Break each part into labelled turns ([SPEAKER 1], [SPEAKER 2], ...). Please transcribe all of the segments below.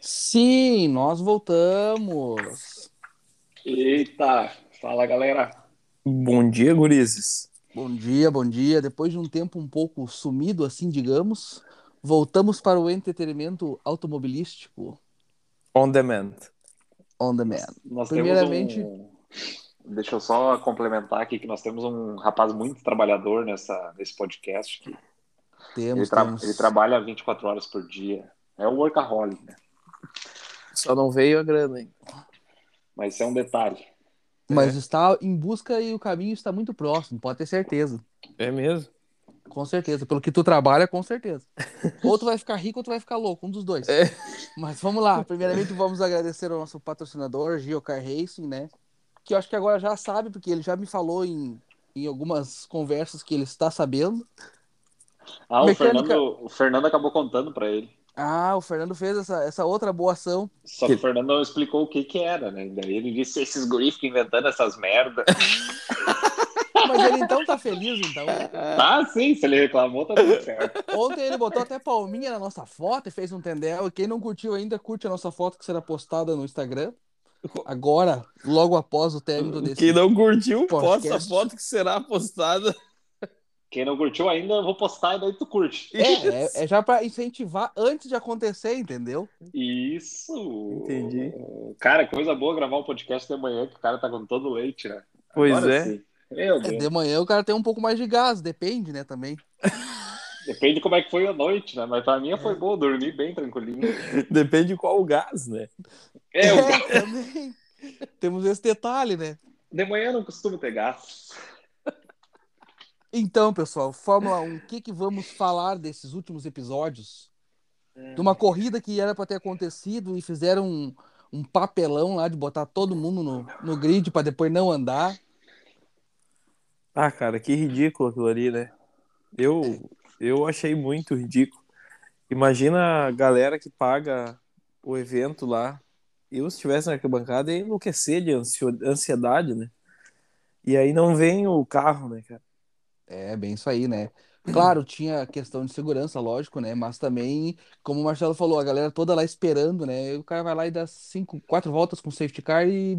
[SPEAKER 1] Sim, nós voltamos.
[SPEAKER 2] Eita, fala galera.
[SPEAKER 3] Bom dia, gurizes.
[SPEAKER 1] Bom dia, bom dia. Depois de um tempo um pouco sumido, assim, digamos, voltamos para o entretenimento automobilístico
[SPEAKER 3] On demand.
[SPEAKER 1] on demand.
[SPEAKER 2] Nós
[SPEAKER 1] Primeiramente-
[SPEAKER 2] temos um... Deixa eu só complementar aqui que nós temos um rapaz muito trabalhador nessa, nesse podcast. Que ele,
[SPEAKER 1] Temos,
[SPEAKER 2] tra-
[SPEAKER 1] temos...
[SPEAKER 2] ele trabalha 24 horas por dia. É um workaholic, né?
[SPEAKER 3] Só não veio a grana, hein?
[SPEAKER 2] Mas isso é um detalhe.
[SPEAKER 1] Mas
[SPEAKER 2] é.
[SPEAKER 1] está em busca e o caminho está muito próximo, pode ter certeza.
[SPEAKER 3] É mesmo?
[SPEAKER 1] Com certeza. Pelo que tu trabalha, com certeza. Ou tu vai ficar rico ou tu vai ficar louco, um dos dois.
[SPEAKER 3] É.
[SPEAKER 1] Mas vamos lá. Primeiramente, vamos agradecer ao nosso patrocinador, Geocar Racing, né? Que eu acho que agora já sabe, porque ele já me falou em, em algumas conversas que ele está sabendo.
[SPEAKER 2] Ah, o
[SPEAKER 1] Mecânica-
[SPEAKER 2] Fernando, o Fernando acabou contando pra ele.
[SPEAKER 1] Ah, o Fernando fez essa, essa outra boa ação.
[SPEAKER 2] Só que o Fernando não explicou o que que era, né? Daí ele disse, esses guris ficam inventando essas merdas.
[SPEAKER 1] Mas ele então tá feliz, então.
[SPEAKER 2] ah, sim, se ele reclamou, tá tudo certo.
[SPEAKER 1] Ontem ele botou até palminha na nossa foto e fez um tendel. E quem não curtiu ainda, curte a nossa foto que será postada no Instagram. Agora, logo após o término desse
[SPEAKER 3] Quem não curtiu,
[SPEAKER 1] Podcast.
[SPEAKER 3] posta a foto que será postada.
[SPEAKER 2] Quem não curtiu ainda, eu vou postar e daí tu curte.
[SPEAKER 1] É, é, é já pra incentivar antes de acontecer, entendeu?
[SPEAKER 2] Isso!
[SPEAKER 3] Entendi.
[SPEAKER 2] Cara, coisa boa gravar um podcast de manhã que o cara tá com todo o leite, né?
[SPEAKER 3] Pois
[SPEAKER 2] Agora
[SPEAKER 3] é.
[SPEAKER 2] sim. Meu
[SPEAKER 1] É,
[SPEAKER 2] Deus.
[SPEAKER 1] de manhã o cara tem um pouco mais de gás, depende, né, também.
[SPEAKER 2] Depende de como é que foi a noite, né? Mas pra mim foi boa, eu dormi bem tranquilinho.
[SPEAKER 3] Depende de qual o gás, né?
[SPEAKER 2] É, eu-
[SPEAKER 1] É, também. Temos esse detalhe, né?
[SPEAKER 2] de manhã eu não costumo ter gás.
[SPEAKER 1] Então, pessoal, Fórmula 1, o que, que vamos falar desses últimos episódios? De uma corrida que era pra ter acontecido e fizeram um, um papelão lá de botar todo mundo no, no grid pra depois não andar.
[SPEAKER 3] Ah, cara, que ridículo aquilo ali, né? Eu, eu achei muito ridículo. Imagina a galera que paga o evento lá. Eu, se estivesse na arquibancada, ia enlouquecer de ansio- ansiedade, né? E aí não vem o carro, né, cara?
[SPEAKER 1] É, bem isso aí, né? Claro, tinha a questão de segurança, lógico, né? Mas também, como o Marcelo falou, a galera toda lá esperando, né? E o cara vai lá e dá cinco, quatro voltas com safety car e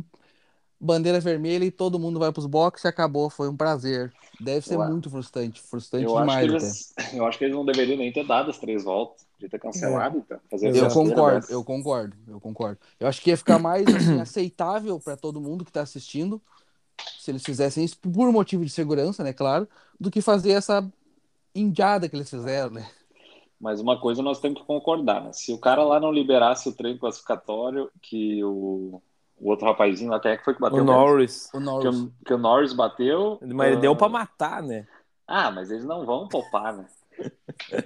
[SPEAKER 1] bandeira vermelha e todo mundo vai pros boxes e acabou. Foi um prazer. Deve ser
[SPEAKER 2] Ué.
[SPEAKER 1] muito frustrante, frustrante né?
[SPEAKER 2] Eu acho, que
[SPEAKER 1] demais até.
[SPEAKER 2] eles, eu acho que eles não deveriam nem ter dado as três voltas. Devia ter cancelado, então. Fazer
[SPEAKER 3] Eu
[SPEAKER 1] Eu
[SPEAKER 2] besteira
[SPEAKER 1] concordo,
[SPEAKER 2] dessa.
[SPEAKER 1] eu concordo, eu concordo. Eu acho que ia ficar mais assim, aceitável para todo mundo que tá assistindo, se eles fizessem isso por motivo de segurança, né, claro, do que fazer essa indiada que eles fizeram, né?
[SPEAKER 2] Mas uma coisa nós temos que concordar, né? Se o cara lá não liberasse o treino classificatório, que o, o outro rapazinho lá, quem é que foi que bateu?
[SPEAKER 3] O Norris.
[SPEAKER 1] O
[SPEAKER 2] Que
[SPEAKER 1] Norris.
[SPEAKER 2] o, que o Norris bateu.
[SPEAKER 3] Mas
[SPEAKER 2] ah,
[SPEAKER 3] deu pra matar, né?
[SPEAKER 2] Ah, mas eles não vão poupar, né?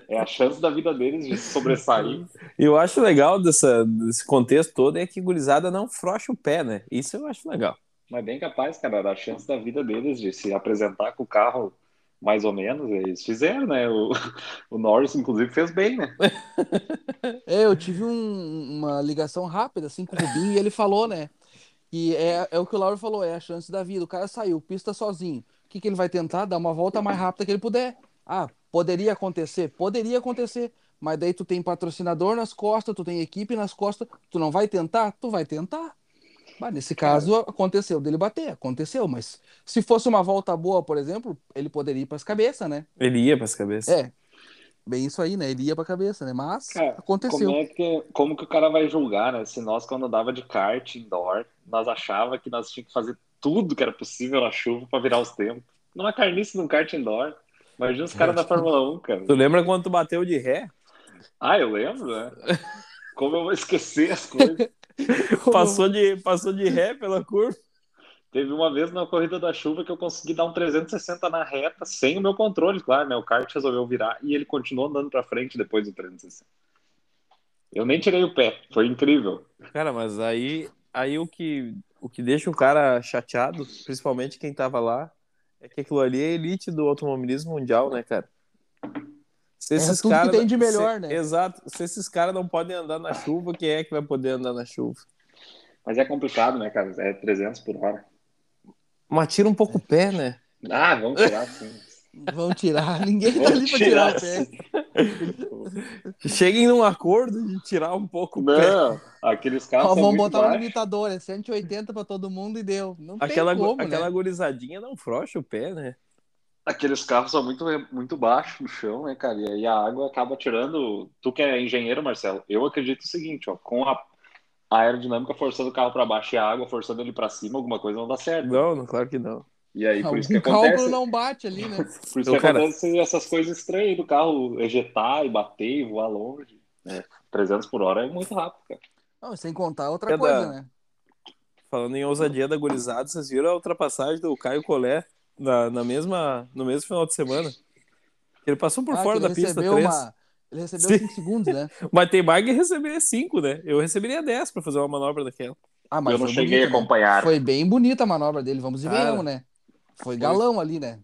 [SPEAKER 2] É a chance da vida deles de se sobressair.
[SPEAKER 3] Eu acho legal dessa- desse contexto todo é que gurizada não frouxa o pé, né? Isso eu acho legal.
[SPEAKER 2] Mas bem capaz, cara, era a chance da vida deles de se apresentar com o carro mais ou menos. Eles fizeram, né? O, o Norris, inclusive, fez bem, né?
[SPEAKER 1] É, eu tive um- uma ligação rápida, assim, com o Rubinho, e ele falou, né? E é, é o que o Lauro falou, é a chance da vida. O cara saiu, pista sozinho. O que, que ele vai tentar? Dar uma volta mais rápida que ele puder. Ah, poderia acontecer? Poderia acontecer. Mas daí tu tem patrocinador nas costas, tu tem equipe nas costas. Tu não vai tentar? Tu vai tentar. Mas nesse caso, aconteceu dele bater, aconteceu. Mas se fosse uma volta boa, por exemplo, ele poderia ir para as cabeças, né?
[SPEAKER 3] Ele ia pras cabeças.
[SPEAKER 1] É. Bem isso aí, né? Ele ia para cabeça, né? Mas assim,
[SPEAKER 2] Cara,
[SPEAKER 1] aconteceu.
[SPEAKER 2] Como, é que, como que o cara vai julgar, né? Se nós, quando andava de kart indoor, nós achava que nós tínhamos que fazer tudo que era possível na chuva para virar os tempos. Numa carniça num kart indoor. Imagina os caras da Fórmula 1, cara.
[SPEAKER 3] Tu lembra quando tu bateu de ré?
[SPEAKER 2] Ah, eu lembro, né? Como eu vou esquecer as coisas.
[SPEAKER 3] Passou de, passou de ré pela curva.
[SPEAKER 2] Teve uma vez na corrida da chuva que eu consegui dar um 360 na reta, sem o meu controle, claro, né? O kart resolveu virar e ele continuou andando pra frente depois do 360. Eu nem tirei o pé, foi incrível.
[SPEAKER 3] Cara, mas aí, aí o, que, o que deixa o cara chateado, principalmente quem tava lá, é que aquilo ali é elite do automobilismo mundial, né, cara? Se
[SPEAKER 1] É tudo que tem de melhor,
[SPEAKER 3] se-
[SPEAKER 1] né?
[SPEAKER 3] Exato. Se esses caras não podem andar na chuva, quem é que vai poder andar na chuva?
[SPEAKER 2] Mas é complicado, né, cara? É 300 por hora.
[SPEAKER 3] Mas tira um pouco o pé, né?
[SPEAKER 2] Ah, vamos tirar sim.
[SPEAKER 1] Vão tirar, ninguém tá
[SPEAKER 2] Vamos
[SPEAKER 1] ali pra tirar o
[SPEAKER 2] tirar,
[SPEAKER 1] pé.
[SPEAKER 3] Cheguem num acordo de tirar um pouco o pé.
[SPEAKER 2] Não, aqueles carros
[SPEAKER 1] Ó,
[SPEAKER 2] são
[SPEAKER 1] vamos
[SPEAKER 2] muito
[SPEAKER 1] botar um
[SPEAKER 2] baixos.
[SPEAKER 1] limitador, é 180 pra todo mundo e deu. Não
[SPEAKER 3] Aquela,
[SPEAKER 1] tem
[SPEAKER 3] gu-
[SPEAKER 1] como,
[SPEAKER 3] aquela
[SPEAKER 1] né?
[SPEAKER 3] gurizadinha não frouxa o pé, né?
[SPEAKER 2] Aqueles carros são muito, muito baixos no chão, né, cara? E aí a água acaba tirando. Tu que é engenheiro, Marcelo, eu acredito o seguinte, ó, com a a aerodinâmica forçando o carro para baixo e a água forçando ele para cima, alguma coisa não dá certo.
[SPEAKER 3] Não, não, claro que não.
[SPEAKER 2] E aí É por isso que
[SPEAKER 1] o cálculo
[SPEAKER 2] acontece,
[SPEAKER 1] não bate ali, né?
[SPEAKER 2] por isso
[SPEAKER 3] Ô,
[SPEAKER 2] que
[SPEAKER 3] cara.
[SPEAKER 2] acontece essas coisas estranhas aí do carro ejetar e bater e voar longe. né? 300 por hora é muito rápido, cara.
[SPEAKER 1] Não, sem contar outra
[SPEAKER 3] Cada-
[SPEAKER 1] coisa, né?
[SPEAKER 3] Falando em ousadia da gurizada, vocês viram a ultrapassagem do Caio Collet na, na mesma, no mesmo final de semana? Ele passou por
[SPEAKER 1] Ah,
[SPEAKER 3] fora
[SPEAKER 1] que ele
[SPEAKER 3] da pista
[SPEAKER 1] recebeu
[SPEAKER 3] 3.
[SPEAKER 1] uma- Ele recebeu
[SPEAKER 3] Sim.
[SPEAKER 1] 5 segundos, né?
[SPEAKER 3] Mas tem bag que receberia 5, né? Eu receberia 10 pra fazer uma manobra daquela.
[SPEAKER 1] Ah, mas
[SPEAKER 2] eu não
[SPEAKER 1] foi
[SPEAKER 2] cheguei
[SPEAKER 1] bonito,
[SPEAKER 2] a
[SPEAKER 1] né?
[SPEAKER 2] acompanhar.
[SPEAKER 1] Foi bem bonita a manobra dele, vamos e
[SPEAKER 3] Cara,
[SPEAKER 1] venhamos, né? Foi galão ali, né?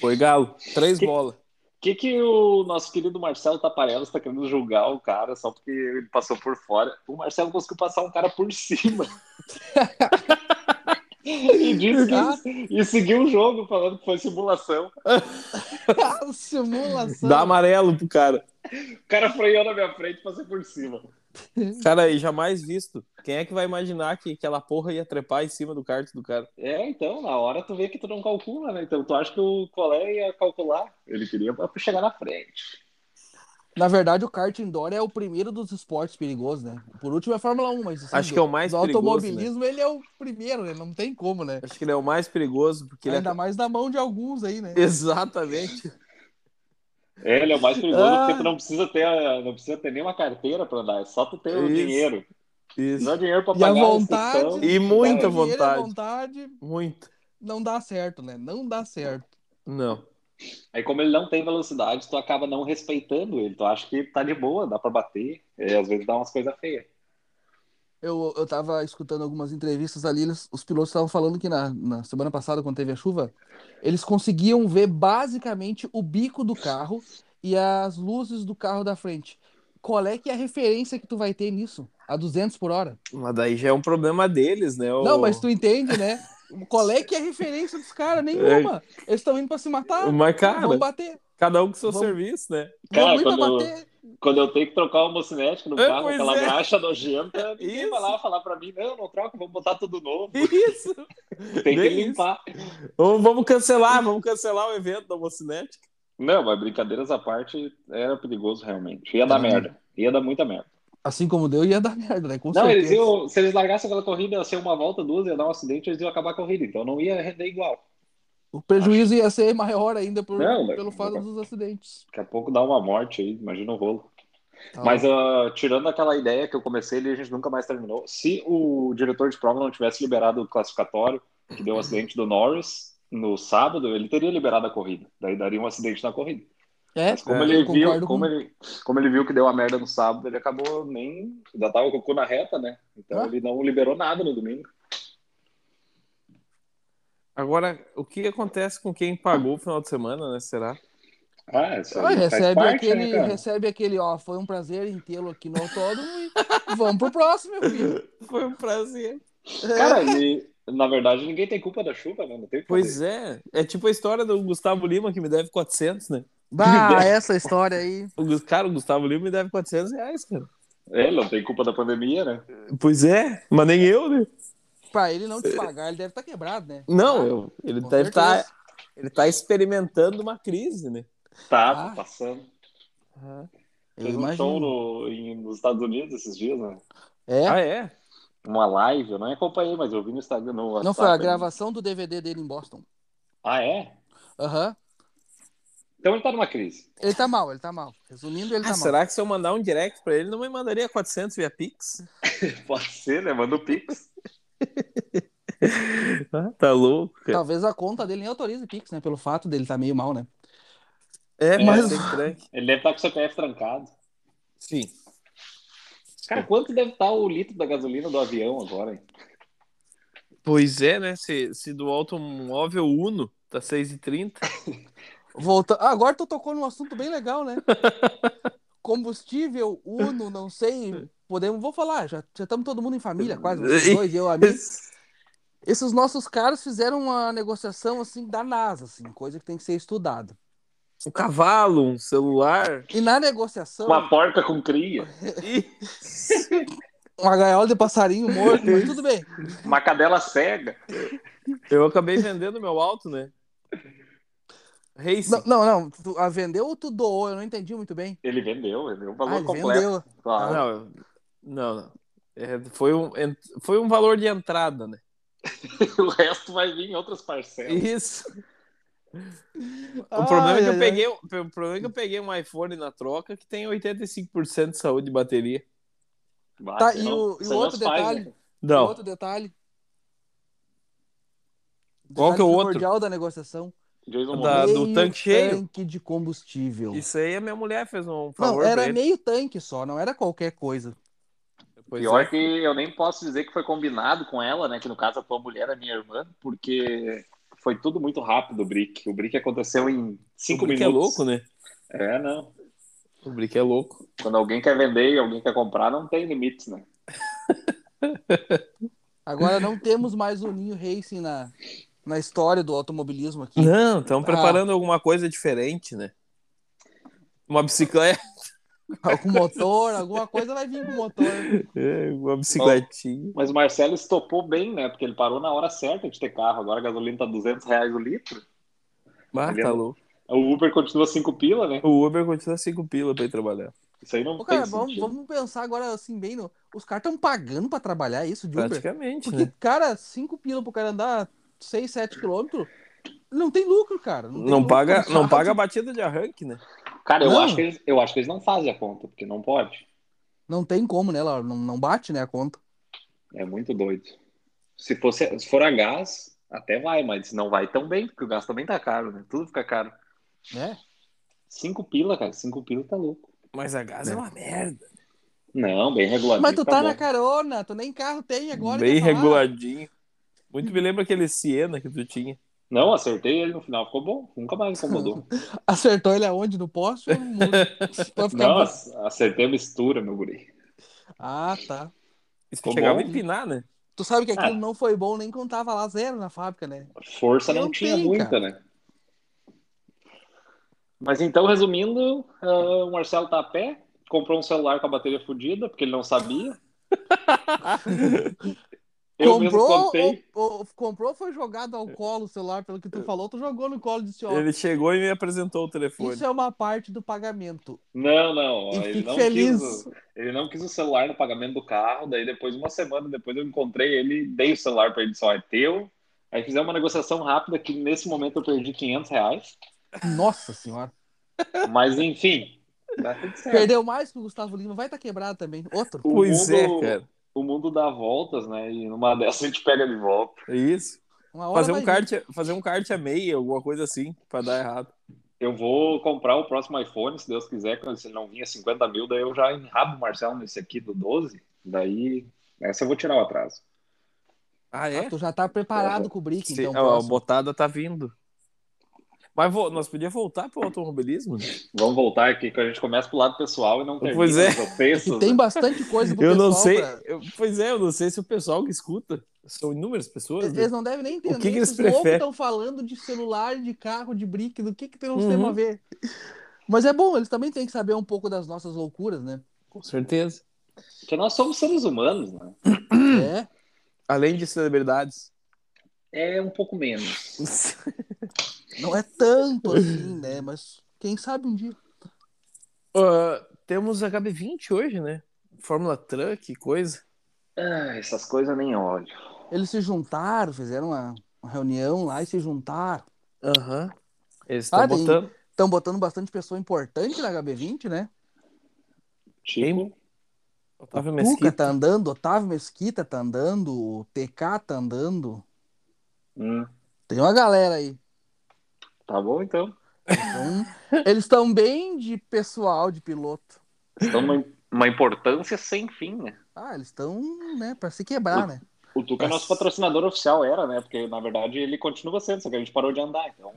[SPEAKER 3] Foi galo, três
[SPEAKER 2] Que-
[SPEAKER 3] bolas.
[SPEAKER 2] O que, que o nosso querido Marcelo Taparello está querendo julgar o cara só porque ele passou por fora? O Marcelo conseguiu passar um cara por cima. e, disse que- e seguiu o jogo falando que foi simulação.
[SPEAKER 1] Simulação.
[SPEAKER 3] Dá amarelo pro cara.
[SPEAKER 2] O cara freou na minha frente e passou por cima.
[SPEAKER 3] Cara, aí jamais visto. Quem é que vai imaginar que aquela porra ia trepar em cima do kart do cara?
[SPEAKER 2] É, então, na hora tu vê que tu não calcula, né? Então tu acha que o Colé ia calcular. Ele queria pra chegar na frente.
[SPEAKER 1] Na verdade, o kart indoor é o primeiro dos esportes perigosos, né? Por último é a Fórmula 1, mas assim,
[SPEAKER 3] Acho
[SPEAKER 1] do-
[SPEAKER 3] que é o mais
[SPEAKER 1] do
[SPEAKER 3] perigoso,
[SPEAKER 1] automobilismo ele é o primeiro, né? Não tem como, né?
[SPEAKER 3] Acho que ele é o mais perigoso, porque ele é...
[SPEAKER 1] Ainda mais na mão de alguns aí, né?
[SPEAKER 3] Exatamente.
[SPEAKER 2] É, ele é o mais perigoso
[SPEAKER 3] Ah.
[SPEAKER 2] porque tu não precisa ter, a- não precisa ter nenhuma carteira pra andar, é só tu ter o
[SPEAKER 3] Isso.
[SPEAKER 2] dinheiro.
[SPEAKER 3] Isso.
[SPEAKER 2] Não é dinheiro pra
[SPEAKER 1] E a
[SPEAKER 2] pagar
[SPEAKER 1] vontade.
[SPEAKER 2] inscrição.
[SPEAKER 3] E muita
[SPEAKER 1] Dinheiro, é
[SPEAKER 3] vontade.
[SPEAKER 1] vontade,
[SPEAKER 3] Muito.
[SPEAKER 1] não dá certo, né? Não dá certo.
[SPEAKER 3] Não.
[SPEAKER 2] Aí, como ele não tem velocidade, tu acaba não respeitando ele. Tu acha que tá de boa, dá pra bater. E às vezes dá umas coisas feias.
[SPEAKER 1] Eu, eu tava escutando algumas entrevistas ali, eles- os pilotos estavam falando que na, na semana passada, quando teve a chuva, eles conseguiam ver basicamente o bico do carro e as luzes do carro da frente. Qual é que é a referência que tu vai ter nisso? A 200 por hora?
[SPEAKER 3] Mas daí já é um problema deles, né? O-
[SPEAKER 1] Não, mas tu entende, né? Qual é que é a referência dos caras? Nenhuma. Eles estão indo pra se matar.
[SPEAKER 3] Mas, cara,
[SPEAKER 1] Vão bater.
[SPEAKER 3] cada um com seu
[SPEAKER 1] Vamos-
[SPEAKER 3] serviço, né?
[SPEAKER 2] Cara,
[SPEAKER 1] Vão ir pra
[SPEAKER 2] quando-
[SPEAKER 1] bater.
[SPEAKER 2] Quando eu tenho que trocar uma cinética no
[SPEAKER 3] É,
[SPEAKER 2] carro,
[SPEAKER 3] pois
[SPEAKER 2] aquela
[SPEAKER 3] é.
[SPEAKER 2] caixa nojenta, ninguém
[SPEAKER 3] Isso.
[SPEAKER 2] vai lá falar pra mim, não, não troca, vamos botar tudo novo.
[SPEAKER 3] Isso!
[SPEAKER 2] Tem que
[SPEAKER 3] bem isso.
[SPEAKER 2] limpar.
[SPEAKER 3] Ou vamos cancelar, vamos cancelar o evento da Mocinética.
[SPEAKER 2] Não, mas brincadeiras à parte, era perigoso realmente. Ia
[SPEAKER 3] Ah.
[SPEAKER 2] dar
[SPEAKER 1] Era.
[SPEAKER 2] merda. Ia dar muita merda.
[SPEAKER 1] Assim como deu, ia dar merda, né? Com
[SPEAKER 2] não,
[SPEAKER 1] certeza.
[SPEAKER 2] eles iam. Se eles largassem aquela corrida, ia ser uma volta, duas, ia dar um acidente, eles iam acabar a corrida. Então não ia render igual.
[SPEAKER 1] O prejuízo ia ser maior ainda por-
[SPEAKER 2] Não, mas-
[SPEAKER 1] pelo fato dos acidentes. Tá.
[SPEAKER 2] Daqui a pouco dá uma morte aí, imagina o rolo. Mas ah, tirando aquela ideia que eu comecei ali, a gente nunca mais terminou. Se o diretor de prova não tivesse liberado o classificatório, que deu o acidente do Norris no sábado, ele teria liberado a corrida. Daí daria um acidente na corrida.
[SPEAKER 1] É,
[SPEAKER 2] Mas como,
[SPEAKER 3] É,
[SPEAKER 2] ele,
[SPEAKER 1] eu concordo
[SPEAKER 2] viu, como,
[SPEAKER 1] com-
[SPEAKER 2] ele, como ele viu que deu a merda no sábado, ele acabou nem. Já tava com o cu na reta, né? Então
[SPEAKER 1] Ah.
[SPEAKER 2] ele não liberou nada no domingo.
[SPEAKER 3] Agora, o que acontece com quem pagou o final de semana, né? Será?
[SPEAKER 2] Ah, isso aí
[SPEAKER 1] Ah,
[SPEAKER 2] faz
[SPEAKER 1] recebe,
[SPEAKER 2] parte, né,
[SPEAKER 1] aquele,
[SPEAKER 2] cara?
[SPEAKER 1] recebe aquele, ó, foi um prazer em tê-lo aqui no autódromo e vamos pro próximo, meu filho.
[SPEAKER 3] Foi um prazer.
[SPEAKER 2] Cara, e, na verdade, ninguém tem culpa da chuva, né? Não tem o que fazer.
[SPEAKER 3] Pois é. É tipo a história do Gustavo Lima, que me deve 400, né?
[SPEAKER 1] Bah, essa história aí.
[SPEAKER 3] O Gus- Cara, o Gustavo Lima me deve 400 reais, cara.
[SPEAKER 2] Ele É, não tem culpa da pandemia, né?
[SPEAKER 3] Pois é, mas nem eu, né?
[SPEAKER 1] Pra ele não te pagar, ele deve estar quebrado, né?
[SPEAKER 3] Não, eu- ele
[SPEAKER 1] Com
[SPEAKER 3] deve estar
[SPEAKER 1] certeza.
[SPEAKER 3] ele tá experimentando uma crise, né?
[SPEAKER 2] Tá,
[SPEAKER 1] Ah.
[SPEAKER 2] tá passando.
[SPEAKER 1] Eu
[SPEAKER 2] Fez um show
[SPEAKER 1] imagino.
[SPEAKER 2] no- em- nos Estados Unidos esses dias, né?
[SPEAKER 1] É,
[SPEAKER 3] Ah, é?
[SPEAKER 2] Uma live, eu não acompanhei, mas eu vi no Instagram. No
[SPEAKER 1] não
[SPEAKER 2] WhatsApp,
[SPEAKER 1] foi a
[SPEAKER 2] né?
[SPEAKER 1] gravação do DVD dele em Boston.
[SPEAKER 2] Ah, é?
[SPEAKER 1] Aham.
[SPEAKER 2] Então ele tá numa crise.
[SPEAKER 1] Ele tá mal, ele tá mal. Resumindo, ele tá
[SPEAKER 3] Ah,
[SPEAKER 1] mal.
[SPEAKER 3] será que se eu mandar um direct pra ele, não me mandaria 400 via Pix?
[SPEAKER 2] Pode ser, né? Manda o Pix.
[SPEAKER 3] Ah, tá louco, cara.
[SPEAKER 1] Talvez a conta dele nem autorize Pix, né? Pelo fato dele tá meio mal, né?
[SPEAKER 3] É,
[SPEAKER 2] mas-
[SPEAKER 3] mas... Crack.
[SPEAKER 2] Ele deve estar com o CPF trancado.
[SPEAKER 3] Sim.
[SPEAKER 2] Cara, quanto deve estar o litro da gasolina do avião agora? hein?
[SPEAKER 3] Pois é, né? Se, se do automóvel Uno tá 6,30.
[SPEAKER 1] Volta... Ah, agora tu tocou num assunto bem legal, né? Combustível, Uno, não sei. Podemos, vou falar, já estamos todo mundo em família, quase. Vocês dois, eu, a mim. Esses nossos caras fizeram uma negociação assim da NASA, assim, coisa que tem que ser estudada.
[SPEAKER 3] um cavalo, um celular.
[SPEAKER 1] E na negociação,
[SPEAKER 2] Uma porca com cria.
[SPEAKER 1] uma gaiola de passarinho morto, mas tudo bem.
[SPEAKER 2] Uma cadela cega.
[SPEAKER 3] Eu acabei vendendo meu auto, né? Racing.
[SPEAKER 1] Não, não, não. Tu a vendeu ou tu doou? Eu não entendi muito bem.
[SPEAKER 2] Ele vendeu, vendeu o
[SPEAKER 1] Ah,
[SPEAKER 2] valor
[SPEAKER 1] ele
[SPEAKER 2] completo.
[SPEAKER 1] vendeu.
[SPEAKER 3] Ah,
[SPEAKER 2] Claro.
[SPEAKER 3] não, eu- não, não. É, foi, um, ent- foi um valor de entrada, né?
[SPEAKER 2] o resto vai vir em outras parcelas.
[SPEAKER 3] Isso. O
[SPEAKER 1] Ai,
[SPEAKER 3] problema, é que
[SPEAKER 1] ai,
[SPEAKER 3] eu
[SPEAKER 1] ai.
[SPEAKER 3] peguei, o problema é que eu peguei um iPhone na troca que tem 85% de saúde de bateria.
[SPEAKER 2] Vai,
[SPEAKER 1] Tá, e
[SPEAKER 2] não,
[SPEAKER 1] o- e
[SPEAKER 2] isso
[SPEAKER 1] o
[SPEAKER 2] aí
[SPEAKER 1] outro
[SPEAKER 2] nós faz,
[SPEAKER 1] detalhe?
[SPEAKER 2] né?
[SPEAKER 3] Não.
[SPEAKER 1] Outro detalhe.
[SPEAKER 3] Qual que é o outro?
[SPEAKER 1] primordial da negociação.
[SPEAKER 2] Jason
[SPEAKER 3] Da-
[SPEAKER 2] Momoa.
[SPEAKER 3] do
[SPEAKER 1] Meio
[SPEAKER 3] tanque cheio?
[SPEAKER 1] tanque de combustível.
[SPEAKER 3] Isso aí a minha mulher fez um
[SPEAKER 1] Não,
[SPEAKER 3] favor pra
[SPEAKER 1] era
[SPEAKER 3] ele.
[SPEAKER 1] meio tanque só, não era qualquer coisa.
[SPEAKER 3] Pois
[SPEAKER 2] Pior
[SPEAKER 3] é.
[SPEAKER 2] que eu nem posso dizer que foi combinado com ela, né? Que no caso a tua mulher é minha irmã, porque foi tudo muito rápido o brick. O brick aconteceu em cinco
[SPEAKER 3] o Brick é
[SPEAKER 2] minutos.
[SPEAKER 3] louco, né?
[SPEAKER 2] É, não.
[SPEAKER 3] O Brick é louco.
[SPEAKER 2] Quando alguém quer vender e alguém quer comprar, não tem limites, né?
[SPEAKER 1] Agora não temos mais o Ninho Racing na, na história do automobilismo aqui.
[SPEAKER 3] Não,
[SPEAKER 1] Ah.
[SPEAKER 3] estão preparando alguma coisa diferente, né? Uma bicicleta.
[SPEAKER 1] Algum motor, alguma coisa vai vir com motor.
[SPEAKER 3] É, Uma bicicletinha.
[SPEAKER 2] Mas o Marcelo estopou bem, né? Porque ele parou na hora certa de ter carro. Agora a gasolina tá 200 reais o litro.
[SPEAKER 3] Ah, tá louco.
[SPEAKER 2] O Uber continua cinco pila, né?
[SPEAKER 3] O Uber continua cinco pila pra ir trabalhar.
[SPEAKER 2] Isso aí não
[SPEAKER 1] Ô,
[SPEAKER 2] tem
[SPEAKER 1] cara, vamos,
[SPEAKER 2] sentido.
[SPEAKER 1] vamos pensar agora assim bem no... Os caras estão pagando pra trabalhar isso de Uber?
[SPEAKER 3] Praticamente,
[SPEAKER 1] Porque,
[SPEAKER 3] né?
[SPEAKER 1] cara, 5 pila pro cara andar 6, 7 quilômetros, não tem lucro, cara. Não, tem
[SPEAKER 3] Não
[SPEAKER 1] lucro,
[SPEAKER 3] paga,
[SPEAKER 1] sabe?
[SPEAKER 3] não paga a batida de arranque, né?
[SPEAKER 2] Cara, eu
[SPEAKER 1] Não.
[SPEAKER 2] acho, que eles, eu acho que eles não fazem a conta, porque não pode.
[SPEAKER 1] Não tem como, né? Ela não, não bate, né, a conta.
[SPEAKER 2] É muito doido. Se, fosse, se for a gás, até vai, mas não vai tão bem, porque o gás também tá caro, né? Tudo fica caro.
[SPEAKER 1] Né?
[SPEAKER 2] Cinco pila, cara. Cinco pila tá louco.
[SPEAKER 3] Mas a gás é,
[SPEAKER 1] É.
[SPEAKER 3] uma merda.
[SPEAKER 2] Não, bem reguladinho.
[SPEAKER 1] Mas tu tá na
[SPEAKER 2] bom.
[SPEAKER 1] carona, tu nem carro tem agora. tá
[SPEAKER 3] Bem
[SPEAKER 1] quer falar?
[SPEAKER 3] reguladinho. Muito me lembra aquele Siena que tu tinha.
[SPEAKER 2] Não, acertei ele no final, ficou bom. Nunca mais incomodou.
[SPEAKER 1] Tá Acertou ele aonde? No poste? ou no muro? Pra ficar
[SPEAKER 2] não,
[SPEAKER 1] bom.
[SPEAKER 2] ac- acertei a mistura, meu guri.
[SPEAKER 1] Ah, tá.
[SPEAKER 3] Isso
[SPEAKER 2] Ficou
[SPEAKER 3] chegava a
[SPEAKER 2] bom.
[SPEAKER 3] empinar, né?
[SPEAKER 1] Tu sabe que aquilo
[SPEAKER 2] Ah.
[SPEAKER 1] não foi bom nem quando tava lá zero na fábrica, né?
[SPEAKER 2] Força não,
[SPEAKER 1] Não
[SPEAKER 2] tinha
[SPEAKER 1] tem,
[SPEAKER 2] muita,
[SPEAKER 1] cara.
[SPEAKER 2] né? Mas então, resumindo, ah, o Marcelo tá a pé, comprou um celular com a bateria fodida, porque ele não sabia. Eu mesmo
[SPEAKER 1] comprou,
[SPEAKER 2] contei.
[SPEAKER 1] ou, ou- comprou ou foi jogado ao colo o celular, pelo que tu falou, tu jogou no colo e disse, ó,
[SPEAKER 3] Ele chegou e me apresentou o telefone.
[SPEAKER 1] Então. isso é uma parte do pagamento.
[SPEAKER 2] Não, não, ó,
[SPEAKER 1] E
[SPEAKER 2] ele
[SPEAKER 1] fique
[SPEAKER 2] não
[SPEAKER 1] feliz.
[SPEAKER 2] quis. o- Ele não quis o celular no pagamento do carro, daí depois, uma semana depois, eu encontrei ele, dei o celular pra ele, só é teu. Aí fizemos uma negociação rápida que nesse momento eu perdi 500 reais.
[SPEAKER 1] Nossa senhora.
[SPEAKER 2] Mas enfim, dá tudo certo.
[SPEAKER 1] Perdeu mais que o Gustavo Lima, vai tá quebrado também. Outro.
[SPEAKER 2] O
[SPEAKER 3] Pois
[SPEAKER 2] mundo-
[SPEAKER 3] é, cara.
[SPEAKER 2] O mundo dá voltas, né? E numa dessa a gente pega de volta.
[SPEAKER 3] É isso.
[SPEAKER 1] Uma hora
[SPEAKER 3] Fazer
[SPEAKER 1] vai
[SPEAKER 3] um,
[SPEAKER 1] vir.
[SPEAKER 3] kart, fazer um kart a meia, alguma coisa assim, pra dar errado.
[SPEAKER 2] Eu vou comprar o próximo iPhone, se Deus quiser, quando se não vinha 50 mil, daí eu já enrabo o Marcelo nesse aqui do 12. Daí, essa eu vou tirar o atraso.
[SPEAKER 3] Ah,
[SPEAKER 1] Ah, tu já tá
[SPEAKER 2] É.
[SPEAKER 1] preparado com o Brick,
[SPEAKER 3] Sim,
[SPEAKER 1] então.
[SPEAKER 3] a- a
[SPEAKER 1] próximo.
[SPEAKER 3] botada tá vindo. Mas vo- nós podíamos voltar pro automobilismo? né?
[SPEAKER 2] Vamos voltar aqui, que a gente começa pro lado pessoal e não termina
[SPEAKER 3] Pois é.
[SPEAKER 2] os
[SPEAKER 1] É que
[SPEAKER 2] ofensas,
[SPEAKER 1] tem
[SPEAKER 2] né?
[SPEAKER 1] bastante coisa pro
[SPEAKER 3] Eu
[SPEAKER 1] pessoal
[SPEAKER 3] não sei.
[SPEAKER 1] pra-
[SPEAKER 3] eu- pois é, eu não sei se o pessoal que escuta são inúmeras pessoas. né?
[SPEAKER 1] Eles não devem nem entender
[SPEAKER 3] que que eles
[SPEAKER 1] os loucos
[SPEAKER 3] preferem?
[SPEAKER 1] estão falando de celular, de carro, de brick, do que que tem uns
[SPEAKER 3] Uhum.
[SPEAKER 1] temas a ver. Mas é bom, eles também têm que saber um pouco das nossas loucuras, né?
[SPEAKER 3] Com certeza.
[SPEAKER 2] Porque nós somos seres humanos, né?
[SPEAKER 3] Hum.
[SPEAKER 1] É.
[SPEAKER 3] Além de celebridades.
[SPEAKER 2] É um pouco menos.
[SPEAKER 1] Não é tanto assim, né? Mas quem sabe um dia.
[SPEAKER 3] Ah, temos HB20 hoje, né? Fórmula Truck, coisa.
[SPEAKER 2] Ah, essas coisas nem olho.
[SPEAKER 1] Eles se juntaram, fizeram uma, uma reunião lá e se juntaram.
[SPEAKER 3] Aham. Eles estão
[SPEAKER 1] Ah, tem-
[SPEAKER 3] botando.
[SPEAKER 1] Estão botando bastante pessoa importante na HB20, né?
[SPEAKER 3] um
[SPEAKER 2] Tipo,
[SPEAKER 3] Otávio
[SPEAKER 1] Tuca
[SPEAKER 3] Mesquita.
[SPEAKER 1] tá andando, Otávio Mesquita tá andando, o TK tá andando.
[SPEAKER 2] hum,
[SPEAKER 1] Tem uma galera aí.
[SPEAKER 2] tá bom então.
[SPEAKER 1] Então, eles estão bem de pessoal, de piloto.
[SPEAKER 2] Então, uma, uma importância sem fim, né?
[SPEAKER 1] Ah, eles estão, né, pra se quebrar, né?
[SPEAKER 2] O Tuca é
[SPEAKER 3] Nossa.
[SPEAKER 2] nosso patrocinador oficial, era, né? Porque, na verdade, ele continua sendo, só que a gente parou de andar, então.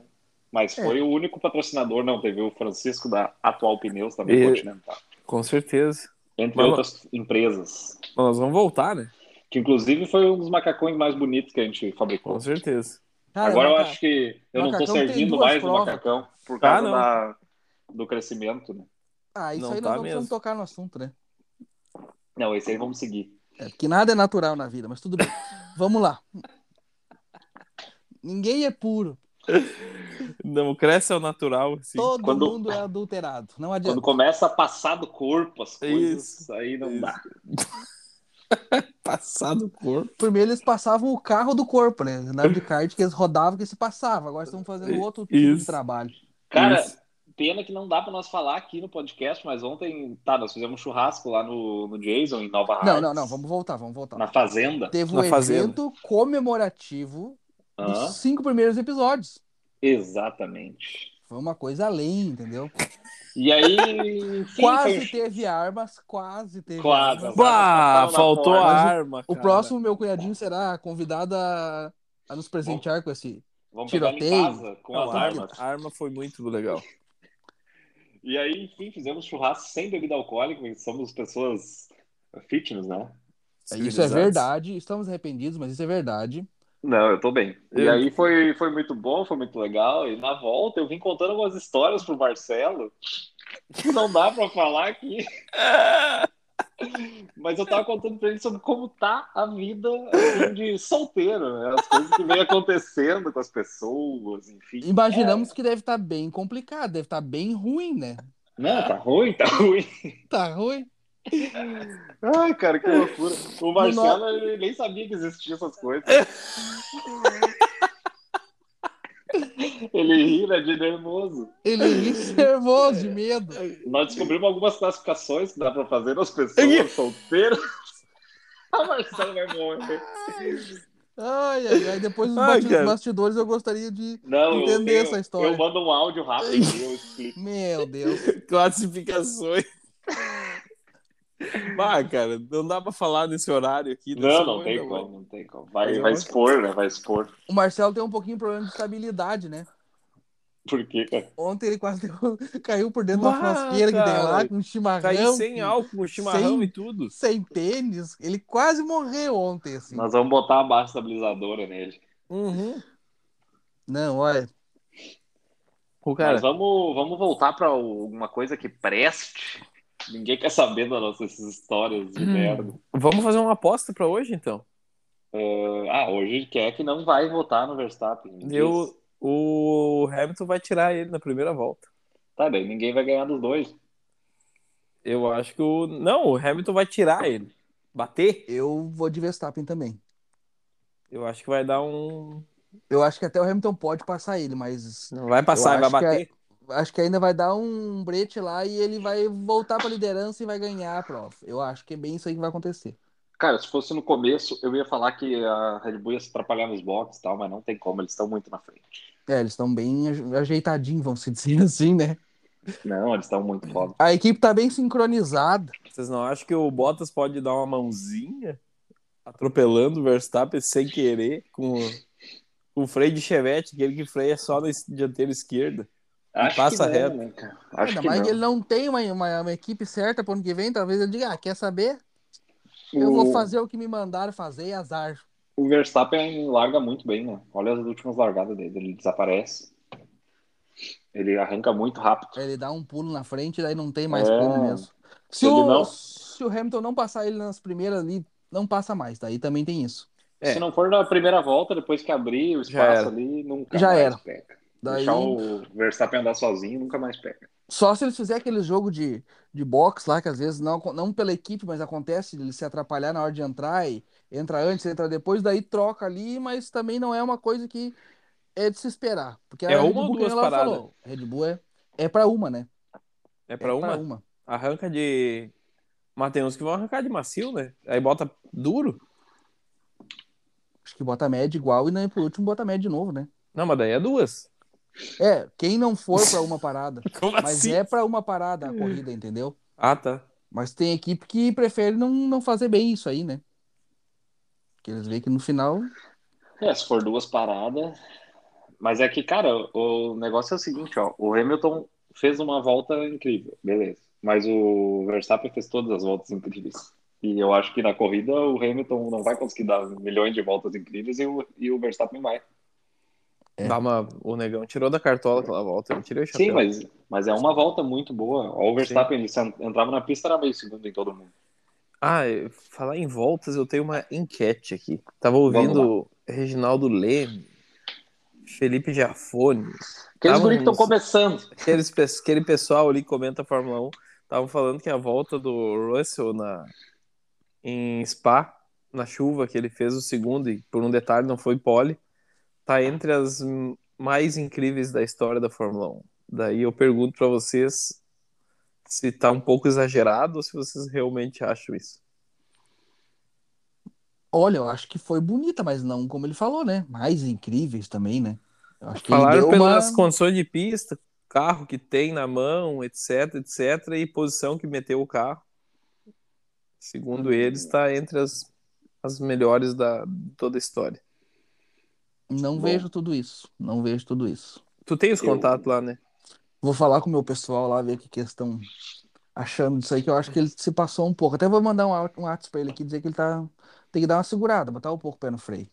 [SPEAKER 2] Mas
[SPEAKER 1] É.
[SPEAKER 2] foi o único patrocinador, não. Teve o Francisco da Atual Pneus, também
[SPEAKER 3] E-
[SPEAKER 2] Continental.
[SPEAKER 3] Com certeza.
[SPEAKER 2] Entre
[SPEAKER 3] Mas-
[SPEAKER 2] outras empresas.
[SPEAKER 3] Mas nós vamos voltar, né?
[SPEAKER 2] Que, inclusive, foi um dos macacões mais bonitos que a gente fabricou.
[SPEAKER 3] Com certeza.
[SPEAKER 1] Cara,
[SPEAKER 2] Agora eu
[SPEAKER 1] maca-
[SPEAKER 2] acho que eu não tô
[SPEAKER 1] macacão tem
[SPEAKER 2] servindo
[SPEAKER 1] duas
[SPEAKER 2] mais
[SPEAKER 1] provas.
[SPEAKER 2] no macacão por
[SPEAKER 3] Tá,
[SPEAKER 2] causa
[SPEAKER 3] não.
[SPEAKER 2] da- do crescimento, né?
[SPEAKER 1] Ah, isso
[SPEAKER 3] Não
[SPEAKER 1] aí
[SPEAKER 3] tá
[SPEAKER 1] nós vamos
[SPEAKER 3] mesmo.
[SPEAKER 1] tocar no assunto, né?
[SPEAKER 2] Não, esse aí vamos seguir.
[SPEAKER 1] É, porque nada é natural na vida, mas tudo bem. Vamos lá. Ninguém é puro.
[SPEAKER 3] Não, cresce ao natural, assim.
[SPEAKER 1] Todo
[SPEAKER 2] Quando-
[SPEAKER 1] mundo é adulterado. Não adianta.
[SPEAKER 2] Quando começa a passar do corpo as coisas, aí não
[SPEAKER 3] isso.
[SPEAKER 2] dá.
[SPEAKER 3] Passar do corpo.
[SPEAKER 1] Primeiro eles passavam o carro do corpo, né? Andava de kart que eles rodavam que se passava. Agora estão fazendo outro tipo de
[SPEAKER 3] Isso.
[SPEAKER 1] trabalho.
[SPEAKER 2] Cara,
[SPEAKER 3] Isso.
[SPEAKER 2] pena que não dá pra nós falar aqui no podcast, mas ontem, tá, nós fizemos um churrasco lá no, no Jason, em Nova
[SPEAKER 1] Não,
[SPEAKER 2] Hartz,
[SPEAKER 1] não, não. Vamos voltar, vamos voltar.
[SPEAKER 2] Na fazenda.
[SPEAKER 1] Teve um
[SPEAKER 3] Na fazenda.
[SPEAKER 1] evento comemorativo
[SPEAKER 2] Aham,
[SPEAKER 1] dos cinco primeiros episódios.
[SPEAKER 2] exatamente.
[SPEAKER 1] Foi uma coisa além, entendeu?
[SPEAKER 2] E aí, enfim,
[SPEAKER 1] quase
[SPEAKER 2] foi um-
[SPEAKER 1] teve armas, quase teve
[SPEAKER 2] Quase.
[SPEAKER 1] armas.
[SPEAKER 2] Mas
[SPEAKER 3] Bah,
[SPEAKER 2] é o-
[SPEAKER 3] faltou a
[SPEAKER 1] mas o-
[SPEAKER 3] arma.
[SPEAKER 1] O
[SPEAKER 3] cara.
[SPEAKER 1] próximo, meu cunhadinho, será convidado a, a nos presentear com esse.
[SPEAKER 2] vamos pegar ele em
[SPEAKER 1] tiroteio.
[SPEAKER 2] casa com
[SPEAKER 3] Não,
[SPEAKER 2] as
[SPEAKER 3] a
[SPEAKER 2] armas.
[SPEAKER 3] arma, a arma foi muito legal.
[SPEAKER 2] E aí, enfim, fizemos churrasco sem bebida alcoólica, e somos pessoas fitness, né?
[SPEAKER 1] Isso é verdade, estamos arrependidos, mas isso é verdade.
[SPEAKER 2] Não, eu tô bem. E
[SPEAKER 3] Eu-
[SPEAKER 2] aí foi, foi muito bom, foi muito legal. E na volta eu vim contando algumas histórias pro Marcelo. que Não dá pra falar aqui. Mas eu tava contando pra ele sobre como tá a vida assim, de solteiro, né? As coisas que vem acontecendo com as pessoas, enfim.
[SPEAKER 1] Imaginamos que deve estar bem complicado, deve estar bem ruim, né?
[SPEAKER 2] Não, tá ruim, tá ruim.
[SPEAKER 1] Tá ruim.
[SPEAKER 2] Ai, cara, que loucura. O Marcelo ele nem sabia que existia essas coisas. Ele ri, né, de nervoso.
[SPEAKER 1] Ele ri nervoso de medo.
[SPEAKER 2] Nós descobrimos algumas classificações que dá pra fazer nas pessoas solteiras. A Marcelo vai morrer.
[SPEAKER 1] Ai, ai, ai. Depois dos
[SPEAKER 3] Ai,
[SPEAKER 1] basti-
[SPEAKER 3] cara.
[SPEAKER 1] bastidores eu gostaria de.
[SPEAKER 2] Não, eu-
[SPEAKER 1] Entender
[SPEAKER 2] eu,
[SPEAKER 1] essa história.
[SPEAKER 2] Eu mando um áudio rápido e eu explico.
[SPEAKER 1] Meu Deus.
[SPEAKER 3] Classificações. Bah, cara, não dá pra falar nesse horário aqui.
[SPEAKER 1] é
[SPEAKER 2] Não, não tem como, não tem como. Vai, vai expor, né? Vai expor.
[SPEAKER 1] O Marcelo tem um pouquinho de problema de estabilidade, né?
[SPEAKER 2] Por quê?
[SPEAKER 1] Ontem ele quase deu- caiu por dentro da
[SPEAKER 3] Bah,
[SPEAKER 1] frasqueira que tem lá,
[SPEAKER 3] cara.
[SPEAKER 1] com um chimarrão.
[SPEAKER 3] Cair Tá sem
[SPEAKER 1] com-
[SPEAKER 3] álcool, chimarrão
[SPEAKER 1] Sem-
[SPEAKER 3] e tudo.
[SPEAKER 1] sem tênis, ele quase morreu ontem, assim.
[SPEAKER 2] Nós vamos botar a barra estabilizadora nele.
[SPEAKER 3] Uhum.
[SPEAKER 1] Não, olha.
[SPEAKER 3] O cara,
[SPEAKER 2] Mas vamos, vamos voltar pra alguma coisa que preste. Ninguém quer saber das nossas histórias de
[SPEAKER 1] Hum.
[SPEAKER 2] merda.
[SPEAKER 3] vamos fazer uma aposta pra hoje, então.
[SPEAKER 2] Ah, hoje quer que não vai votar no Verstappen. Me diz.
[SPEAKER 3] Eu, o Hamilton vai tirar ele na primeira volta.
[SPEAKER 2] Tá bem, ninguém vai ganhar dos dois.
[SPEAKER 3] Eu acho que o. Não, o Hamilton vai tirar ele. Bater?
[SPEAKER 1] Eu vou de Verstappen também.
[SPEAKER 3] Eu acho que vai dar um.
[SPEAKER 1] Eu acho que até o Hamilton pode passar ele, mas
[SPEAKER 3] Não vai passar,
[SPEAKER 1] Eu
[SPEAKER 3] vai
[SPEAKER 1] acho que é-
[SPEAKER 3] bater.
[SPEAKER 1] acho que ainda vai dar um brete lá e ele vai voltar pra liderança e vai ganhar a prova. Eu acho que é bem isso aí que vai acontecer.
[SPEAKER 2] Cara, se fosse no começo, eu ia falar que a Red Bull ia se atrapalhar nos boxes e tal, mas não tem como, eles estão muito na frente.
[SPEAKER 1] É, eles estão bem aje- ajeitadinhos, vamos se dizer assim, né?
[SPEAKER 2] Não, eles estão muito foda.
[SPEAKER 1] A equipe tá bem sincronizada.
[SPEAKER 3] Vocês não acham que o Bottas pode dar uma mãozinha atropelando o Verstappen sem querer com o, com o freio de chevette, aquele que freia só na es- dianteira esquerda?
[SPEAKER 2] Acho
[SPEAKER 3] passa
[SPEAKER 2] que não,
[SPEAKER 3] reto.
[SPEAKER 2] né, cara? Acho
[SPEAKER 1] Ainda
[SPEAKER 2] que
[SPEAKER 1] mais
[SPEAKER 2] não.
[SPEAKER 1] que ele não tem uma, uma, uma equipe certa pro ano que vem, talvez ele diga, ah, quer saber? Eu
[SPEAKER 2] o,
[SPEAKER 1] vou fazer o que me mandaram fazer e azar.
[SPEAKER 2] o Verstappen larga muito bem, né? Olha as últimas largadas dele, ele desaparece. Ele arranca muito rápido.
[SPEAKER 1] Ele dá um pulo na frente, daí não tem mais
[SPEAKER 2] É.
[SPEAKER 1] como mesmo. Se
[SPEAKER 2] Ele
[SPEAKER 1] o,
[SPEAKER 2] não-
[SPEAKER 1] se o Hamilton não passar ele nas primeiras ali, não passa mais. Daí também tem isso.
[SPEAKER 3] É.
[SPEAKER 2] Se não for na primeira volta, depois que abrir o
[SPEAKER 3] Já
[SPEAKER 2] espaço
[SPEAKER 3] era.
[SPEAKER 2] ali, nunca
[SPEAKER 1] Já
[SPEAKER 2] mais
[SPEAKER 1] era.
[SPEAKER 2] pega.
[SPEAKER 1] Daí,
[SPEAKER 2] Deixar o Verstappen andar sozinho, nunca mais pega.
[SPEAKER 1] Só se eles fizerem aquele jogo de, de boxe lá, que às vezes não, acon- não pela equipe, mas acontece de ele se atrapalhar na hora de entrar e entra antes, entra depois, daí troca ali, mas também não é uma coisa que é de se esperar. Porque a
[SPEAKER 3] É
[SPEAKER 1] Red
[SPEAKER 3] uma ou
[SPEAKER 1] Bull, que nem
[SPEAKER 3] duas
[SPEAKER 1] ela
[SPEAKER 3] paradas?
[SPEAKER 1] falou, Red Bull é, é para uma, né?
[SPEAKER 3] É pra uma?
[SPEAKER 1] um.
[SPEAKER 3] Arranca de. Mas tem uns que vão arrancar de macio, né? Aí bota duro.
[SPEAKER 1] Acho que bota média igual e né, por último bota média de novo, né?
[SPEAKER 3] Não, mas daí é duas.
[SPEAKER 1] É, quem não for pra uma parada.
[SPEAKER 3] Como assim?
[SPEAKER 1] Mas é pra uma parada a corrida, entendeu?
[SPEAKER 3] Ah, tá.
[SPEAKER 1] Mas tem equipe que prefere não, não fazer bem isso aí, né? Porque eles veem que no final.
[SPEAKER 2] É, se for duas paradas. Mas é que, cara, o negócio é o seguinte, ó. O Hamilton fez uma volta incrível, beleza. Mas o Verstappen fez todas as voltas incríveis. E eu acho que na corrida o Hamilton não vai conseguir dar milhões de voltas incríveis e o, e o Verstappen vai.
[SPEAKER 1] É.
[SPEAKER 3] Dá uma... O negão tirou da cartola aquela volta. Eu tirei o chapéu.
[SPEAKER 2] Sim, mas, mas é uma volta muito boa. Ó, O Verstappen ele se en- entrava na pista, era meio segundo em todo mundo.
[SPEAKER 3] Ah, eu- falar em voltas, eu tenho uma enquete aqui. Tava
[SPEAKER 2] Vamos
[SPEAKER 3] ouvindo Reginaldo Leme, Felipe Jafone,
[SPEAKER 2] Aqueles
[SPEAKER 3] Tava
[SPEAKER 2] guris que estão
[SPEAKER 3] uns-
[SPEAKER 2] começando.
[SPEAKER 3] aqueles, pe- aquele pessoal ali que comenta a Fórmula 1, estavam falando que a volta do Russell na, em Spa, na chuva, que ele fez o segundo e por um detalhe não foi pole, tá entre as m- mais incríveis da história da Fórmula 1. Daí eu pergunto pra vocês se tá um pouco exagerado ou se vocês realmente acham isso.
[SPEAKER 1] Olha, eu acho que foi bonita, mas não como ele falou, né? Mais incríveis também, né? Eu acho que ele
[SPEAKER 3] Falaram
[SPEAKER 1] deu
[SPEAKER 3] pelas
[SPEAKER 1] uma...
[SPEAKER 3] condições de pista, carro que tem na mão, etc, etc, e posição que meteu o carro.
[SPEAKER 1] Hum.
[SPEAKER 3] Segundo eles, está entre as, as melhores da de toda a história.
[SPEAKER 1] Não
[SPEAKER 2] Bom.
[SPEAKER 1] vejo tudo isso. Não vejo tudo isso.
[SPEAKER 3] Tu tem os
[SPEAKER 2] Eu-
[SPEAKER 3] contatos lá, né?
[SPEAKER 1] Vou falar com o meu pessoal lá, ver o que que eles estão achando disso aí, que eu acho que ele se passou um pouco. Até vou mandar um, wa- um WhatsApp pra ele aqui, dizer que ele tá... tem que dar uma segurada, botar um pouco o pé no freio.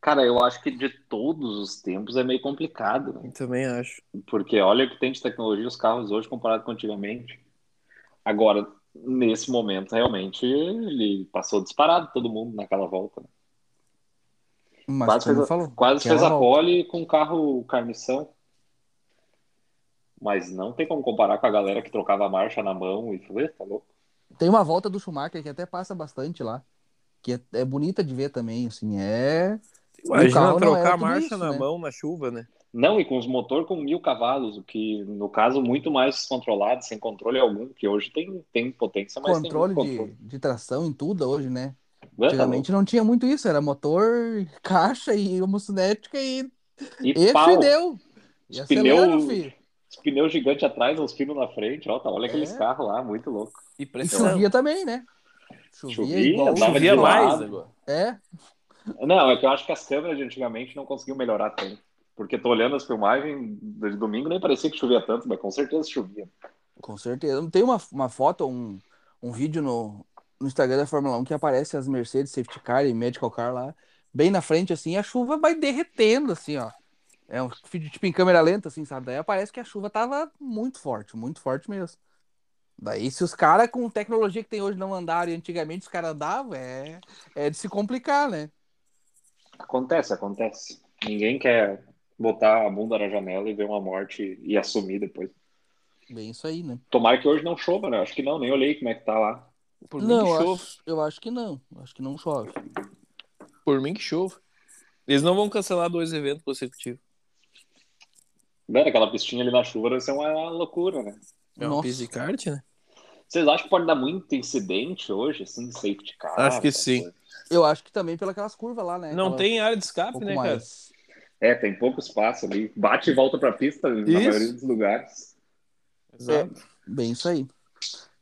[SPEAKER 2] Cara, eu acho que de todos os tempos é meio complicado. né?
[SPEAKER 3] Eu também acho.
[SPEAKER 2] Porque olha o que tem de tecnologia os carros hoje comparado com antigamente. Agora, nesse momento, realmente, ele passou disparado todo mundo naquela volta. né?
[SPEAKER 1] Mas
[SPEAKER 2] Quase
[SPEAKER 1] como
[SPEAKER 2] fez a-
[SPEAKER 1] falou,
[SPEAKER 2] Quase
[SPEAKER 1] aquela
[SPEAKER 2] fez a
[SPEAKER 1] volta.
[SPEAKER 2] pole com o carro carnição. Mas não tem como comparar com a galera que trocava a marcha na mão e falei, tá louco?
[SPEAKER 1] Tem uma volta do Schumacher que até passa bastante lá, que é, é bonita de ver também, assim, é...
[SPEAKER 3] Imagina
[SPEAKER 1] carro não era
[SPEAKER 3] trocar a
[SPEAKER 1] tudo
[SPEAKER 3] marcha
[SPEAKER 1] isso,
[SPEAKER 3] na
[SPEAKER 1] né?
[SPEAKER 3] mão na chuva, né?
[SPEAKER 2] Não, e com os motor com mil cavalos, o que, no caso, muito mais descontrolado, sem controle algum, que hoje tem, tem potência, mas
[SPEAKER 1] Controle
[SPEAKER 2] tem muito controle.
[SPEAKER 1] de, de tração em tudo hoje, né?
[SPEAKER 2] Não, tá
[SPEAKER 1] Antigamente não tinha muito isso, era motor, caixa e homocinética e,
[SPEAKER 2] louco. E,
[SPEAKER 1] e
[SPEAKER 2] pau,
[SPEAKER 1] pneu. E
[SPEAKER 2] Os
[SPEAKER 1] acelera,
[SPEAKER 2] pneus-
[SPEAKER 1] filho.
[SPEAKER 2] os pneus gigantes atrás, os pinos na frente, ó, tá, olha aqueles
[SPEAKER 1] É.
[SPEAKER 2] carros lá, muito louco.
[SPEAKER 3] E
[SPEAKER 1] E
[SPEAKER 3] pressão.
[SPEAKER 1] chovia também, né? Chovia,
[SPEAKER 2] Chovia,
[SPEAKER 1] igual.
[SPEAKER 2] dava
[SPEAKER 3] Chovia
[SPEAKER 2] de
[SPEAKER 3] mais né?
[SPEAKER 2] lado.
[SPEAKER 3] agora.
[SPEAKER 1] É,
[SPEAKER 2] Não, é que eu acho que as câmeras de antigamente não conseguiam melhorar tanto. Porque tô olhando as filmagens de domingo, nem parecia que chovia tanto, mas com certeza chovia.
[SPEAKER 1] com certeza. Tem uma, uma foto, um, um vídeo no, no Instagram da Fórmula 1 que aparece as Mercedes Safety Car e Medical Car lá, bem na frente, assim, e a chuva vai derretendo, assim, ó. É um vídeo tipo em câmera lenta, assim, sabe? Daí aparece que a chuva tava muito forte, muito forte mesmo. Daí, se os caras com tecnologia que tem hoje não andaram e antigamente os caras andavam, é, é de se complicar, né?
[SPEAKER 2] Acontece, acontece. Ninguém quer botar a bunda na janela e ver uma morte e assumir depois.
[SPEAKER 1] Bem isso aí, né?
[SPEAKER 2] Tomara que hoje não chova, né? Acho que não, nem olhei como é que tá lá.
[SPEAKER 3] Por mim que
[SPEAKER 1] Não,
[SPEAKER 3] chova.
[SPEAKER 1] acho, eu acho que não. Acho que não chove.
[SPEAKER 3] Por mim que chova. Eles não vão cancelar dois eventos consecutivos.
[SPEAKER 2] Velho, aquela pistinha ali na chuva deve ser uma loucura, né?
[SPEAKER 3] É uma
[SPEAKER 1] Nossa.
[SPEAKER 3] pista de kart, né?
[SPEAKER 2] Vocês acham que pode dar muito incidente hoje, assim, safety car?
[SPEAKER 3] Acho que
[SPEAKER 2] essas
[SPEAKER 3] sim.
[SPEAKER 2] coisas?
[SPEAKER 1] Eu acho que também pelas aquelas curvas lá, né?
[SPEAKER 3] Não
[SPEAKER 1] Aquela-
[SPEAKER 3] tem área de
[SPEAKER 1] um
[SPEAKER 3] escape,
[SPEAKER 1] pouco
[SPEAKER 3] né, cara?
[SPEAKER 1] mais.
[SPEAKER 2] É, tem pouco espaço ali. Bate e volta pra pista na
[SPEAKER 3] Isso.
[SPEAKER 2] maioria dos lugares.
[SPEAKER 3] Exato.
[SPEAKER 1] Bem isso aí.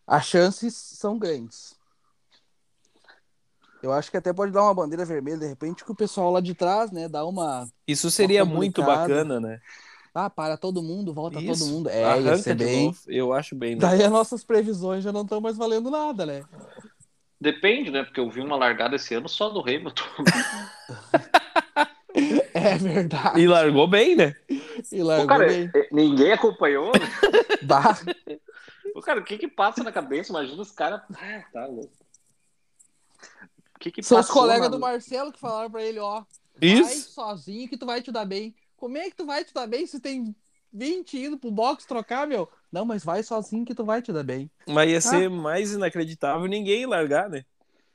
[SPEAKER 1] As chances são grandes. Eu acho que até pode dar uma bandeira vermelha, de repente, que o pessoal lá de trás, né, dá uma.
[SPEAKER 3] Isso seria muito
[SPEAKER 1] complicado.
[SPEAKER 3] bacana, né?
[SPEAKER 1] Ah, para todo mundo, volta
[SPEAKER 3] Isso.
[SPEAKER 1] todo mundo. É, ia
[SPEAKER 3] Arranca
[SPEAKER 1] ser
[SPEAKER 3] de
[SPEAKER 1] bem.
[SPEAKER 3] novo. Eu acho bem. né?
[SPEAKER 1] Daí as nossas previsões já não estão mais valendo nada, né?
[SPEAKER 2] Depende, né? Porque eu vi uma largada esse ano só do Hamilton.
[SPEAKER 1] É verdade.
[SPEAKER 3] E largou bem, né?
[SPEAKER 1] E largou
[SPEAKER 2] Ô, cara,
[SPEAKER 1] bem.
[SPEAKER 2] eh, ninguém acompanhou. Né?
[SPEAKER 1] Bah,
[SPEAKER 2] Ô, cara, o que que passa na cabeça? Imagina os caras. Ah, tá louco. O que que
[SPEAKER 1] São os
[SPEAKER 2] passou
[SPEAKER 1] colegas
[SPEAKER 2] na-
[SPEAKER 1] do Marcelo que falaram pra ele, ó. Vai
[SPEAKER 3] Isso.
[SPEAKER 1] sozinho que tu vai te dar bem. Como é que tu vai te dar bem se tem 20 indo pro box trocar, meu? Não, mas vai sozinho que tu vai te dar bem.
[SPEAKER 3] Mas ia ser mais inacreditável ninguém largar, né?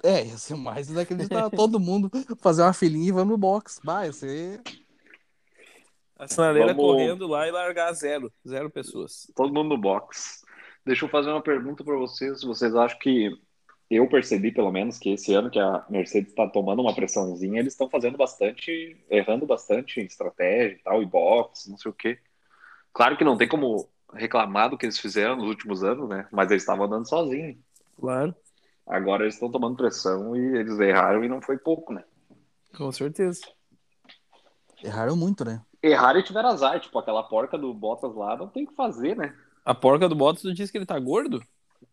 [SPEAKER 1] É, ia ser mais inacreditável. Todo mundo fazer uma filhinha e vamos no box. Vai, ia ser.
[SPEAKER 3] A sinaleira
[SPEAKER 2] Vamos-
[SPEAKER 3] correndo lá e largar zero. Zero pessoas.
[SPEAKER 2] Todo mundo no box. Deixa eu fazer uma pergunta pra vocês. Vocês acham que. Eu percebi, pelo menos, que esse ano que a Mercedes tá tomando uma pressãozinha, eles estão fazendo bastante, errando bastante em estratégia e tal, e box, não sei o quê. Claro que não tem como reclamar do que eles fizeram nos últimos anos, né? Mas eles estavam andando sozinhos.
[SPEAKER 3] Claro,
[SPEAKER 2] Agora eles estão tomando pressão e eles erraram e não foi pouco, né?
[SPEAKER 3] com certeza.
[SPEAKER 1] Erraram muito, né?
[SPEAKER 2] Erraram e tiveram azar, tipo, aquela porca do Bottas lá não tem o que fazer, né?
[SPEAKER 3] A porca do Bottas tu disse que ele tá gordo?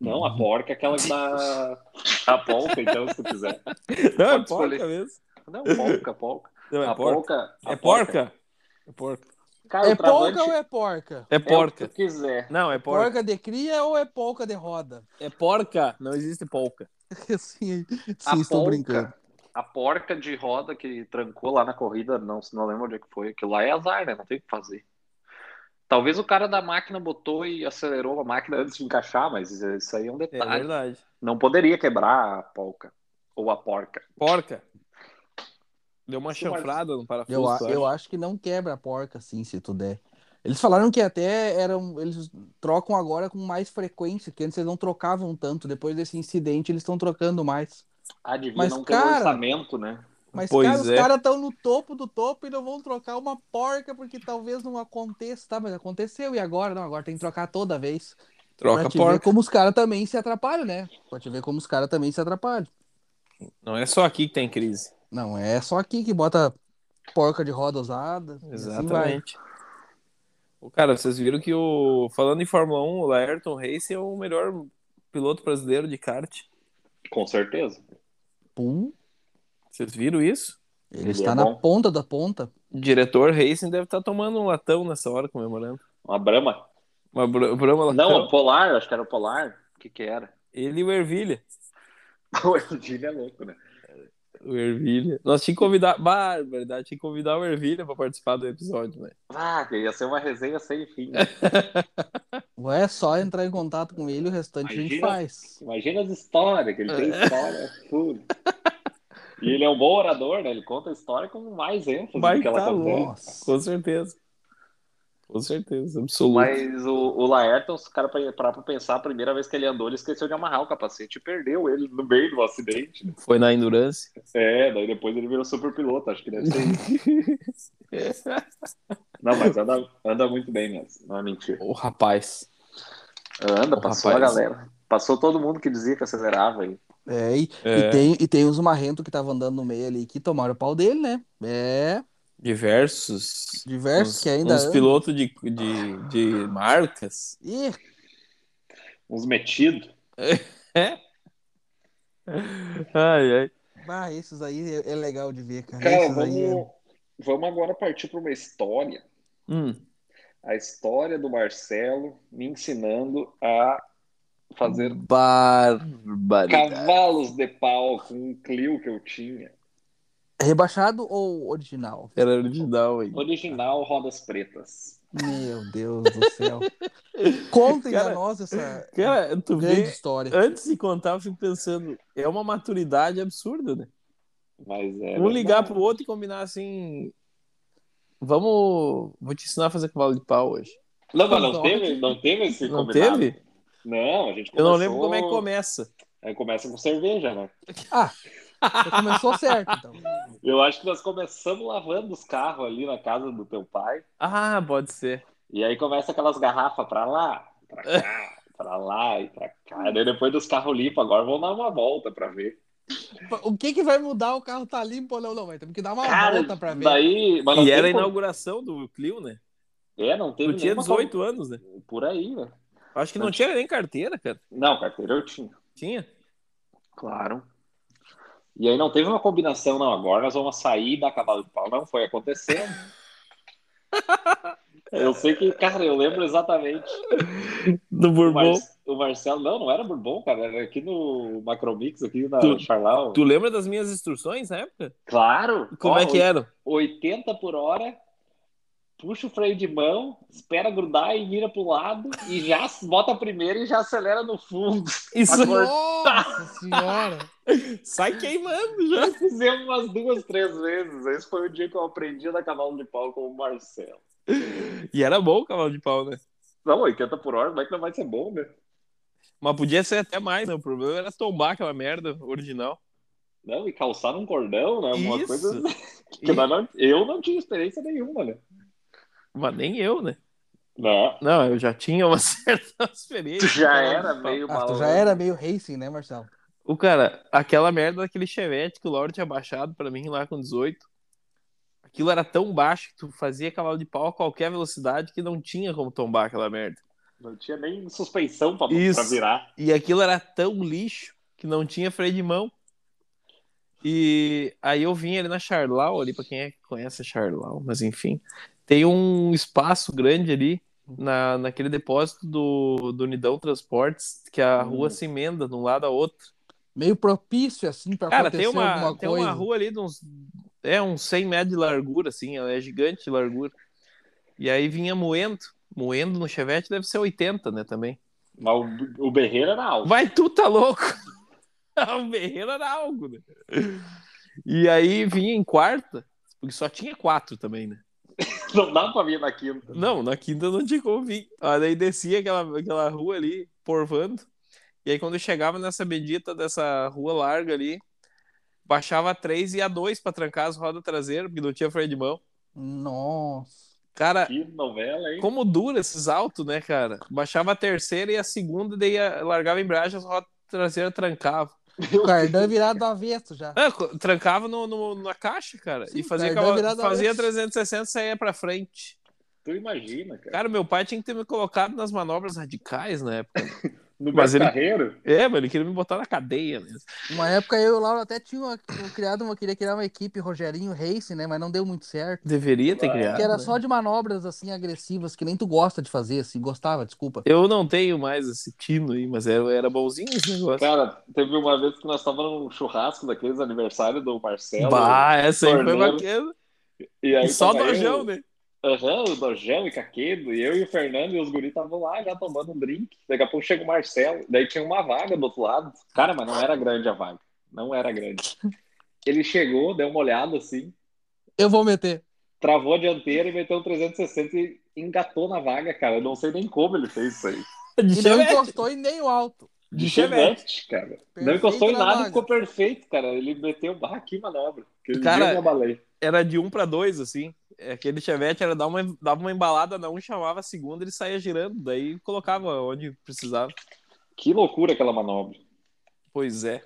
[SPEAKER 2] Não, a porca é aquela da, da polca, então, se tu quiser.
[SPEAKER 3] Não, é
[SPEAKER 2] Pode
[SPEAKER 3] porca
[SPEAKER 2] escolher.
[SPEAKER 3] mesmo.
[SPEAKER 2] Não, polca, polca.
[SPEAKER 3] Não, é
[SPEAKER 2] a
[SPEAKER 3] porca.
[SPEAKER 2] polca. a
[SPEAKER 3] É porca? É porca.
[SPEAKER 2] Cara,
[SPEAKER 1] É
[SPEAKER 2] Ah, o
[SPEAKER 1] polca
[SPEAKER 2] travante
[SPEAKER 1] ou é porca?
[SPEAKER 3] É
[SPEAKER 2] é o que
[SPEAKER 3] porca.
[SPEAKER 2] tu quiser.
[SPEAKER 3] Não, é porca.
[SPEAKER 1] Porca de cria ou é polca de roda?
[SPEAKER 3] É porca. Não existe polca.
[SPEAKER 1] Sim, sim
[SPEAKER 2] A
[SPEAKER 1] estou
[SPEAKER 2] polca-
[SPEAKER 1] brincando.
[SPEAKER 2] A porca de roda que trancou lá na corrida, não, não lembro onde é que foi. Aquilo lá é azar, né? Não tem o que fazer. Talvez o cara da máquina botou e acelerou a máquina antes de encaixar, mas isso aí é um
[SPEAKER 3] É
[SPEAKER 2] detalhe.
[SPEAKER 3] verdade.
[SPEAKER 2] não poderia quebrar a polca ou a porca.
[SPEAKER 3] Porca. Deu uma
[SPEAKER 2] Sim, mas-
[SPEAKER 3] chanfrada no parafuso.
[SPEAKER 1] Eu, a-
[SPEAKER 3] tu acha?
[SPEAKER 1] eu acho que não quebra a porca, sim, se tu der. Eles falaram que até eram. Eles trocam agora com mais frequência, que antes eles não trocavam tanto. Depois desse incidente, eles estão trocando mais.
[SPEAKER 2] Adivinha,
[SPEAKER 1] Mas,
[SPEAKER 2] não
[SPEAKER 1] cara-
[SPEAKER 2] tem orçamento, né?
[SPEAKER 1] Mas,
[SPEAKER 3] Pois
[SPEAKER 1] cara, os
[SPEAKER 3] é.
[SPEAKER 1] caras estão no topo do topo e não vão trocar uma porca, porque talvez não aconteça, tá? Mas aconteceu, e agora? Não, agora tem que trocar toda vez.
[SPEAKER 3] Troca
[SPEAKER 1] pra te ver
[SPEAKER 3] porca.
[SPEAKER 1] como os caras também se atrapalham, né? Pra te ver como os caras também se atrapalham.
[SPEAKER 3] Não é só aqui que tem crise.
[SPEAKER 1] Não, é só aqui que bota porca de roda usada. e assim vai.
[SPEAKER 3] Exatamente. Ô, Cara, vocês viram que o. Falando em Fórmula 1, o Laerton Reis é o melhor piloto brasileiro de kart.
[SPEAKER 2] Com certeza.
[SPEAKER 1] Pum,
[SPEAKER 3] Vocês viram isso?
[SPEAKER 1] ele,
[SPEAKER 2] Ele
[SPEAKER 1] está
[SPEAKER 2] é
[SPEAKER 1] na
[SPEAKER 2] bom.
[SPEAKER 1] ponta da ponta.
[SPEAKER 3] O diretor Racing deve estar tomando um latão nessa hora comemorando.
[SPEAKER 2] Uma brama.
[SPEAKER 3] Uma br- brama latão.
[SPEAKER 2] Não, polar, acho que era o polar. O que que era?
[SPEAKER 3] Ele e o Ervilha.
[SPEAKER 2] O Ervilha é louco, né?
[SPEAKER 3] O Ervilha. Nós tinha que convidar. Barbaridade, tinha que convidar o Ervilha pra participar do episódio, né?
[SPEAKER 2] Ah, ia ser uma resenha sem fim. né?
[SPEAKER 1] É só entrar em contato com ele, o restante a gente
[SPEAKER 2] Imagina.
[SPEAKER 1] faz.
[SPEAKER 2] Imagina as histórias, que ele tem
[SPEAKER 3] É.
[SPEAKER 2] história pura. E ele é um bom orador, né? Ele conta a história com mais ênfase
[SPEAKER 3] Vai
[SPEAKER 2] do que ela
[SPEAKER 3] tá
[SPEAKER 2] tá
[SPEAKER 3] louco.
[SPEAKER 1] Nossa.
[SPEAKER 3] Com certeza. Com certeza, absoluto.
[SPEAKER 2] Mas o, o Laerton, os caras pra, pra pensar, a primeira vez que ele andou, ele esqueceu de amarrar o capacete e perdeu ele no meio do acidente.
[SPEAKER 3] Foi na Endurance.
[SPEAKER 2] É, daí depois ele virou super piloto, acho que deve ser isso. Não, mas anda, anda muito bem mesmo, não é mentira.
[SPEAKER 3] o rapaz.
[SPEAKER 2] Anda,
[SPEAKER 3] Ô,
[SPEAKER 2] passou
[SPEAKER 3] rapaz.
[SPEAKER 2] a galera. Passou todo mundo que dizia que acelerava aí.
[SPEAKER 1] É, e,
[SPEAKER 3] É.
[SPEAKER 1] E, tem, e tem os marrentos que estavam andando no meio ali que tomaram o pau dele, né? É,
[SPEAKER 3] Diversos.
[SPEAKER 1] diversos
[SPEAKER 3] uns-
[SPEAKER 1] que ainda.
[SPEAKER 3] uns
[SPEAKER 1] andam.
[SPEAKER 3] pilotos de, de, de marcas.
[SPEAKER 1] Ih,
[SPEAKER 2] Uns metidos.
[SPEAKER 3] Ai, ai.
[SPEAKER 1] ah, esses aí é, é legal de ver, cara.
[SPEAKER 2] Cara,
[SPEAKER 1] esses aí é-
[SPEAKER 2] vamos, vamos agora partir para uma história.
[SPEAKER 3] Hum,
[SPEAKER 2] A história do Marcelo me ensinando a fazer
[SPEAKER 3] barbaridade.
[SPEAKER 2] cavalos de pau com um Clio que eu tinha.
[SPEAKER 1] Rebaixado ou original?
[SPEAKER 3] Era original, hein?
[SPEAKER 2] Original Rodas Pretas.
[SPEAKER 1] Meu Deus do céu. Contem
[SPEAKER 3] Cara,
[SPEAKER 1] a nós essa
[SPEAKER 3] Cara, tu
[SPEAKER 1] grande
[SPEAKER 3] vê,
[SPEAKER 1] história.
[SPEAKER 3] antes de contar, eu fico pensando, é uma maturidade absurda, né?
[SPEAKER 2] Mas é.
[SPEAKER 3] um ligar pro outro e combinar assim. Vamos. Vou te ensinar a fazer cavalo de pau hoje.
[SPEAKER 2] Não, mas não teve, não teve esse
[SPEAKER 3] Não
[SPEAKER 2] combinado.
[SPEAKER 3] teve?
[SPEAKER 2] Não, a gente
[SPEAKER 3] Eu não
[SPEAKER 2] começou-
[SPEAKER 3] lembro como é que começa.
[SPEAKER 2] Aí começa com cerveja, né?
[SPEAKER 1] Ah, Já começou certo, então.
[SPEAKER 2] Eu acho que nós começamos lavando os carros ali na casa do teu pai.
[SPEAKER 3] Ah, pode ser.
[SPEAKER 2] E aí começa aquelas garrafas pra lá, pra cá, pra lá e pra cá. Daí depois dos carros limpos, agora vamos dar uma volta pra ver.
[SPEAKER 1] O que que vai mudar? O carro tá limpo ou não? Não, mas temos que dar uma volta pra ver.
[SPEAKER 2] daí. Mas não
[SPEAKER 3] E era a
[SPEAKER 2] teve como-
[SPEAKER 3] inauguração do Clio, né?
[SPEAKER 2] É, não teve
[SPEAKER 3] Tu tinha
[SPEAKER 2] nenhuma
[SPEAKER 3] 18 anos, né?
[SPEAKER 2] como- Por aí, né?
[SPEAKER 3] Acho que não tinha nem carteira, cara.
[SPEAKER 2] Não, carteira eu tinha.
[SPEAKER 3] Tinha?
[SPEAKER 2] Claro. E aí não teve uma combinação, não. Agora nós vamos sair da cavalo de pau. Não foi acontecendo. Eu sei que, cara, eu lembro exatamente.
[SPEAKER 3] Do
[SPEAKER 2] O, Mar-
[SPEAKER 3] Bourbon.
[SPEAKER 2] o Marcelo, não, não era Bourbon, cara, era aqui no Macromix, aqui na
[SPEAKER 3] Tu-
[SPEAKER 2] Charlau.
[SPEAKER 3] Tu lembra das minhas instruções na época?
[SPEAKER 2] Claro!
[SPEAKER 3] Como
[SPEAKER 2] Ó,
[SPEAKER 3] é que eram?
[SPEAKER 2] 80 por hora, puxa o freio de mão, espera grudar e vira pro lado, e já bota a primeira e já acelera no fundo.
[SPEAKER 3] Isso
[SPEAKER 1] Nossa senhora!
[SPEAKER 3] sai queimando já.
[SPEAKER 2] Fizemos umas duas, três vezes. Esse foi o dia que eu aprendi a dar cavalo de pau com o Marcelo.
[SPEAKER 3] E era bom o cavalo de pau, né?
[SPEAKER 2] Não, 80 por hora, como é que não vai ser bom, né?
[SPEAKER 3] Mas podia ser até mais, né? O problema era tombar aquela merda original.
[SPEAKER 2] Não, e calçar num cordão, né? Uma
[SPEAKER 3] Isso.
[SPEAKER 2] coisa que
[SPEAKER 3] E-
[SPEAKER 2] nós não- eu não tinha experiência nenhuma, né?
[SPEAKER 3] Mas nem eu, né?
[SPEAKER 2] Não.
[SPEAKER 3] Não, eu já tinha uma certa
[SPEAKER 2] Tu
[SPEAKER 3] experiência.
[SPEAKER 2] já era meio
[SPEAKER 1] Ah, tu
[SPEAKER 2] maluco.
[SPEAKER 1] já era meio racing, né, Marcelo?
[SPEAKER 3] O cara, aquela merda daquele chevette que o Lauro tinha baixado pra mim lá com 18. Aquilo era tão baixo que tu fazia cavalo de pau a qualquer velocidade que não tinha como tombar aquela merda.
[SPEAKER 2] Não tinha nem suspeição pra,
[SPEAKER 3] Isso.
[SPEAKER 2] pra virar.
[SPEAKER 3] E aquilo era tão lixo que não tinha freio de mão. E aí eu vim ali na Charlau, ali pra quem é que conhece a Charlau, mas enfim. Tem um espaço grande ali na, naquele depósito do, do Nidão Transportes, que a
[SPEAKER 2] Hum.
[SPEAKER 3] rua se emenda de um lado a outro.
[SPEAKER 1] Meio propício, assim, pra
[SPEAKER 3] Cara,
[SPEAKER 1] acontecer
[SPEAKER 3] tem uma,
[SPEAKER 1] alguma
[SPEAKER 3] tem
[SPEAKER 1] coisa.
[SPEAKER 3] uma rua ali de uns. É, uns 100 metros de largura, assim, ela é gigante de largura. E aí vinha moendo. Moendo no Chevette deve ser 80, né, também.
[SPEAKER 2] Mas o, o Berreiro era alto.
[SPEAKER 3] Vai, tu tá louco! o Berreiro era algo, né? E aí vinha em quarta, porque só tinha quatro também, né?
[SPEAKER 2] Não dá pra vir na quinta.
[SPEAKER 3] Não, na quinta não tinha como vir. Aí daí descia aquela, aquela rua ali, porvando. E aí quando eu chegava nessa bendita dessa rua larga ali, baixava a 3 e a 2 pra trancar as rodas traseiras, porque não tinha freio de mão.
[SPEAKER 1] Nossa.
[SPEAKER 3] Cara,
[SPEAKER 2] Que novela, hein?
[SPEAKER 3] como dura esses altos, né, cara? Baixava a terceira e a segunda, daí a- largava a embreagem, as rodas traseiras trancavam.
[SPEAKER 1] O cardan virado do avesso já.
[SPEAKER 3] Ah, co- trancava no, no- na caixa, cara.
[SPEAKER 1] Sim,
[SPEAKER 3] e fazia,
[SPEAKER 1] perdeu a
[SPEAKER 3] aquela-
[SPEAKER 1] virada
[SPEAKER 3] fazia
[SPEAKER 1] antes.
[SPEAKER 3] 360 e saía pra frente.
[SPEAKER 2] Tu imagina, cara.
[SPEAKER 3] Cara, meu pai tinha que ter me colocado nas manobras radicais na época.
[SPEAKER 2] No
[SPEAKER 3] mas ele-
[SPEAKER 2] Carreiro,
[SPEAKER 3] É, mano, ele queria me botar na cadeia né? mesmo.
[SPEAKER 1] Uma época eu e o Lauro até tinha uma- tipo, criado uma, queria criar uma equipe Rogerinho Racing, né? Mas não deu muito certo.
[SPEAKER 3] Deveria ter
[SPEAKER 2] É,
[SPEAKER 3] criado.
[SPEAKER 1] Que era
[SPEAKER 3] né?
[SPEAKER 1] só de manobras assim agressivas que nem tu gosta de fazer, assim, gostava, desculpa.
[SPEAKER 3] Eu não tenho mais esse tino aí, mas era, era bonzinho esse negócio.
[SPEAKER 2] cara, teve uma vez que nós estávamos num churrasco daqueles aniversário do Marcelo.
[SPEAKER 3] bah, essa aí foi
[SPEAKER 2] é um torneiro.
[SPEAKER 3] bacana.
[SPEAKER 2] e aí
[SPEAKER 3] E só
[SPEAKER 2] tava eu-
[SPEAKER 3] dojão, né?
[SPEAKER 2] Aham, o Dojão e Caquedo, e eu e o Fernando e os guris estavam lá já tomando um drink. Daqui a pouco chega o Marcelo, daí tinha uma vaga do outro lado. Cara, mas não era grande a vaga. Não era grande. Ele chegou, deu uma olhada assim,
[SPEAKER 1] Eu vou meter.
[SPEAKER 2] travou a dianteira e meteu um 360 e engatou na vaga, cara. Eu não sei nem como ele fez isso aí.
[SPEAKER 1] E não encostou em nem o alto.
[SPEAKER 2] De
[SPEAKER 3] Então, é, Chevette.
[SPEAKER 2] chevette, né? cara. não
[SPEAKER 1] Perfeito
[SPEAKER 2] encostou em
[SPEAKER 1] na
[SPEAKER 2] nada e
[SPEAKER 1] vaga.
[SPEAKER 2] ficou perfeito, cara. Ele meteu, bah, que manobra. Aquele
[SPEAKER 3] Cara,
[SPEAKER 2] dia eu me abalei.
[SPEAKER 3] Era de um pra dois, assim. Aquele chevette era dar uma, dava uma embalada na um, chamava a segunda, ele saía girando. Daí colocava onde precisava.
[SPEAKER 2] Que loucura aquela manobra.
[SPEAKER 3] Pois é.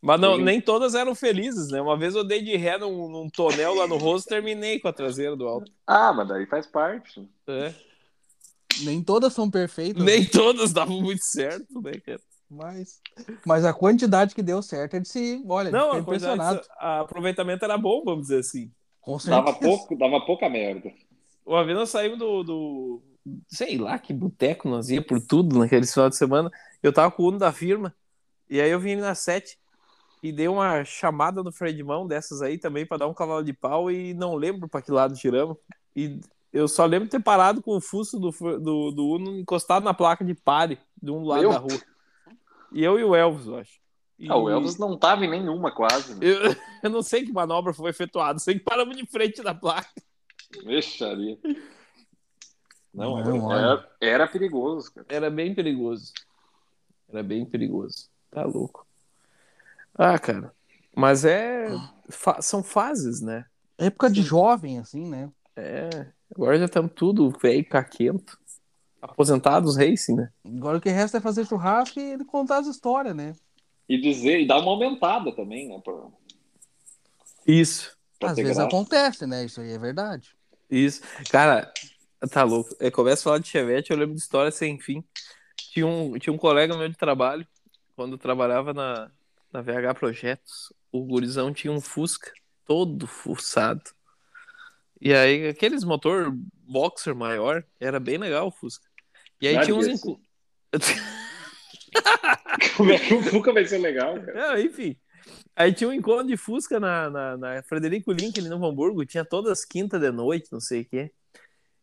[SPEAKER 3] Mas não,
[SPEAKER 2] Sim.
[SPEAKER 3] nem todas eram felizes, né? Uma vez eu dei de ré num, num tonel lá no rosto e terminei com a traseira do alto.
[SPEAKER 2] Ah, mas daí faz parte.
[SPEAKER 3] É.
[SPEAKER 1] Nem todas são perfeitas,
[SPEAKER 3] Nem todas davam muito certo, né, cara?
[SPEAKER 1] mas... mas a quantidade que deu certo é de se. Olha,
[SPEAKER 3] Não,
[SPEAKER 1] fiquei
[SPEAKER 3] a quantidade-
[SPEAKER 1] impressionado.
[SPEAKER 3] a aproveitamento era bom, vamos dizer assim.
[SPEAKER 1] Com certeza.
[SPEAKER 2] Dava, pouco, dava pouca merda.
[SPEAKER 3] Uma vez nós saímos do, do- Sei lá que boteco nós ia por tudo naquele final de semana. Eu tava com o Uno da firma. E aí eu vim ali na sete e dei uma chamada no freio de mão dessas aí também pra dar um cavalo de pau e não lembro pra que lado giramos. E eu só lembro de ter parado com o fuso do, fre- do, do Uno encostado na placa de pare de um lado
[SPEAKER 2] Meu.
[SPEAKER 3] da rua. E eu e o Elvis, eu acho. E-
[SPEAKER 2] Ah, o Elvis não tava em nenhuma quase. Né?
[SPEAKER 3] Eu, eu não sei que manobra foi efetuada, sei que paramos de frente da placa.
[SPEAKER 2] Mexaria. Não, um
[SPEAKER 1] Não,
[SPEAKER 2] agora-
[SPEAKER 1] olha.
[SPEAKER 2] era, era perigoso, cara.
[SPEAKER 3] Era bem perigoso. Era bem perigoso. Tá louco. Ah, cara. Mas é. fa- são fases, né?
[SPEAKER 1] Época de jovem, assim, né?
[SPEAKER 3] É. Agora já estamos tudo velho, caquento. Aposentados racing, né?
[SPEAKER 1] Agora o que resta é fazer churrasco e contar as histórias, né?
[SPEAKER 2] E dizer, e dar uma aumentada também, né? Pra,
[SPEAKER 3] Isso.
[SPEAKER 2] pra
[SPEAKER 1] Às
[SPEAKER 2] ter
[SPEAKER 1] vezes
[SPEAKER 2] graça.
[SPEAKER 1] acontece, né? Isso aí é verdade.
[SPEAKER 3] Isso. Cara, tá louco. Eu começo a falar de Chevette, eu lembro de história sem fim. Tinha um, tinha um colega meu de trabalho, quando eu trabalhava na, na VH Projetos, o gurizão tinha um Fusca, todo fuçado. E aí, aqueles motor boxer maior, era bem legal o Fusca. E aí
[SPEAKER 2] Nada
[SPEAKER 3] tinha uns...
[SPEAKER 2] é disso.
[SPEAKER 3] Inclu...
[SPEAKER 2] Como é que o Fuca vai ser legal, cara?
[SPEAKER 3] É, enfim. Aí tinha um encontro de Fusca na, na, na Frederico Link, ali no Hamburgo. Tinha todas as quintas de noite, não sei o quê.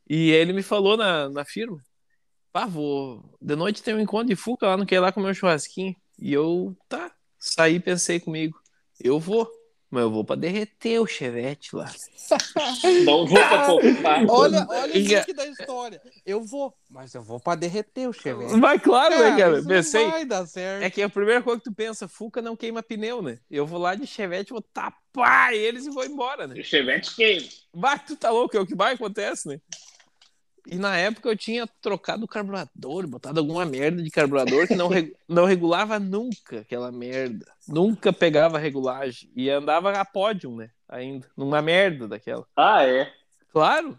[SPEAKER 3] E aí ele me falou na, na firma: Pá, vou. De noite tem um encontro de Fusca lá, não quer ir lá comer um churrasquinho. E eu, tá. Saí pensei comigo: Eu vou. Mas eu vou pra derreter o chevette lá.
[SPEAKER 2] Não vou pra poupar.
[SPEAKER 1] Olha, olha o
[SPEAKER 3] é
[SPEAKER 1] link da história. Eu vou, mas eu vou pra derreter o Chevette.
[SPEAKER 3] Mas claro, né, cara?
[SPEAKER 1] É, isso
[SPEAKER 3] Pensei.
[SPEAKER 1] Não vai dar certo.
[SPEAKER 3] É que a primeira coisa que tu pensa, Fuca não queima pneu, né? Eu vou lá de chevette, vou tapar eles e vou embora, né?
[SPEAKER 2] Chevette quente.
[SPEAKER 3] Bah, tu tá louco, é o que mais acontece, né? E na época eu tinha trocado o carburador, botado alguma merda de carburador que não, regu- não regulava nunca aquela merda. Nunca pegava regulagem. E andava a pódio, né? Ainda. Numa merda daquela.
[SPEAKER 2] Ah, é.
[SPEAKER 3] Claro,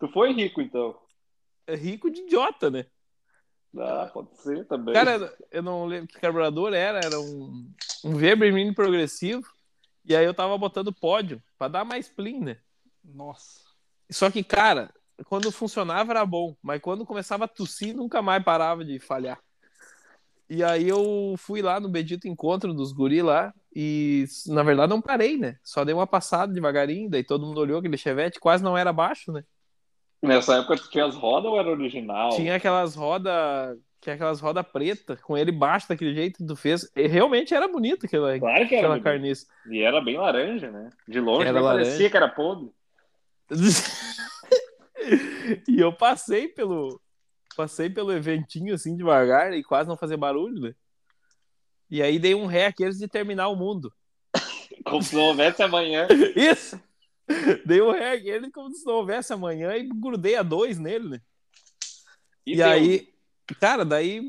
[SPEAKER 2] Tu foi rico, então.
[SPEAKER 3] é rico de idiota, né?
[SPEAKER 2] Ah, pode ser também.
[SPEAKER 3] Cara, eu não lembro que carburador era, era um, um Weber Mini progressivo. E aí eu tava botando pódio pra dar mais plim, né?
[SPEAKER 1] Nossa.
[SPEAKER 3] Só que, cara, quando funcionava era bom, mas quando começava a tossir, nunca mais parava de falhar. E aí eu fui lá no Bedito Encontro dos guri lá, e na verdade não parei, né? Só dei uma passada devagarinho, daí todo mundo olhou aquele chevette, quase não era baixo, né?
[SPEAKER 2] Nessa época tu tinha as rodas ou era original?
[SPEAKER 3] Tinha aquelas rodas, tinha aquelas rodas preta, com ele baixo daquele jeito que tu fez. E realmente era bonito aquela,
[SPEAKER 2] Claro que era.
[SPEAKER 3] aquela
[SPEAKER 2] bonito.
[SPEAKER 3] carniça.
[SPEAKER 2] E era bem laranja, né? De longe
[SPEAKER 3] Era
[SPEAKER 2] nem
[SPEAKER 3] laranja.
[SPEAKER 2] parecia que era podre.
[SPEAKER 3] e eu passei pelo passei pelo eventinho assim devagar e quase não fazer barulho, né? E aí dei um ré aqueles de terminar o mundo.
[SPEAKER 2] Como se não houvesse amanhã.
[SPEAKER 3] Isso! Dei um ré aquele como se não houvesse amanhã e grudei a dois nele, né? E,
[SPEAKER 2] deu.
[SPEAKER 3] aí, cara, daí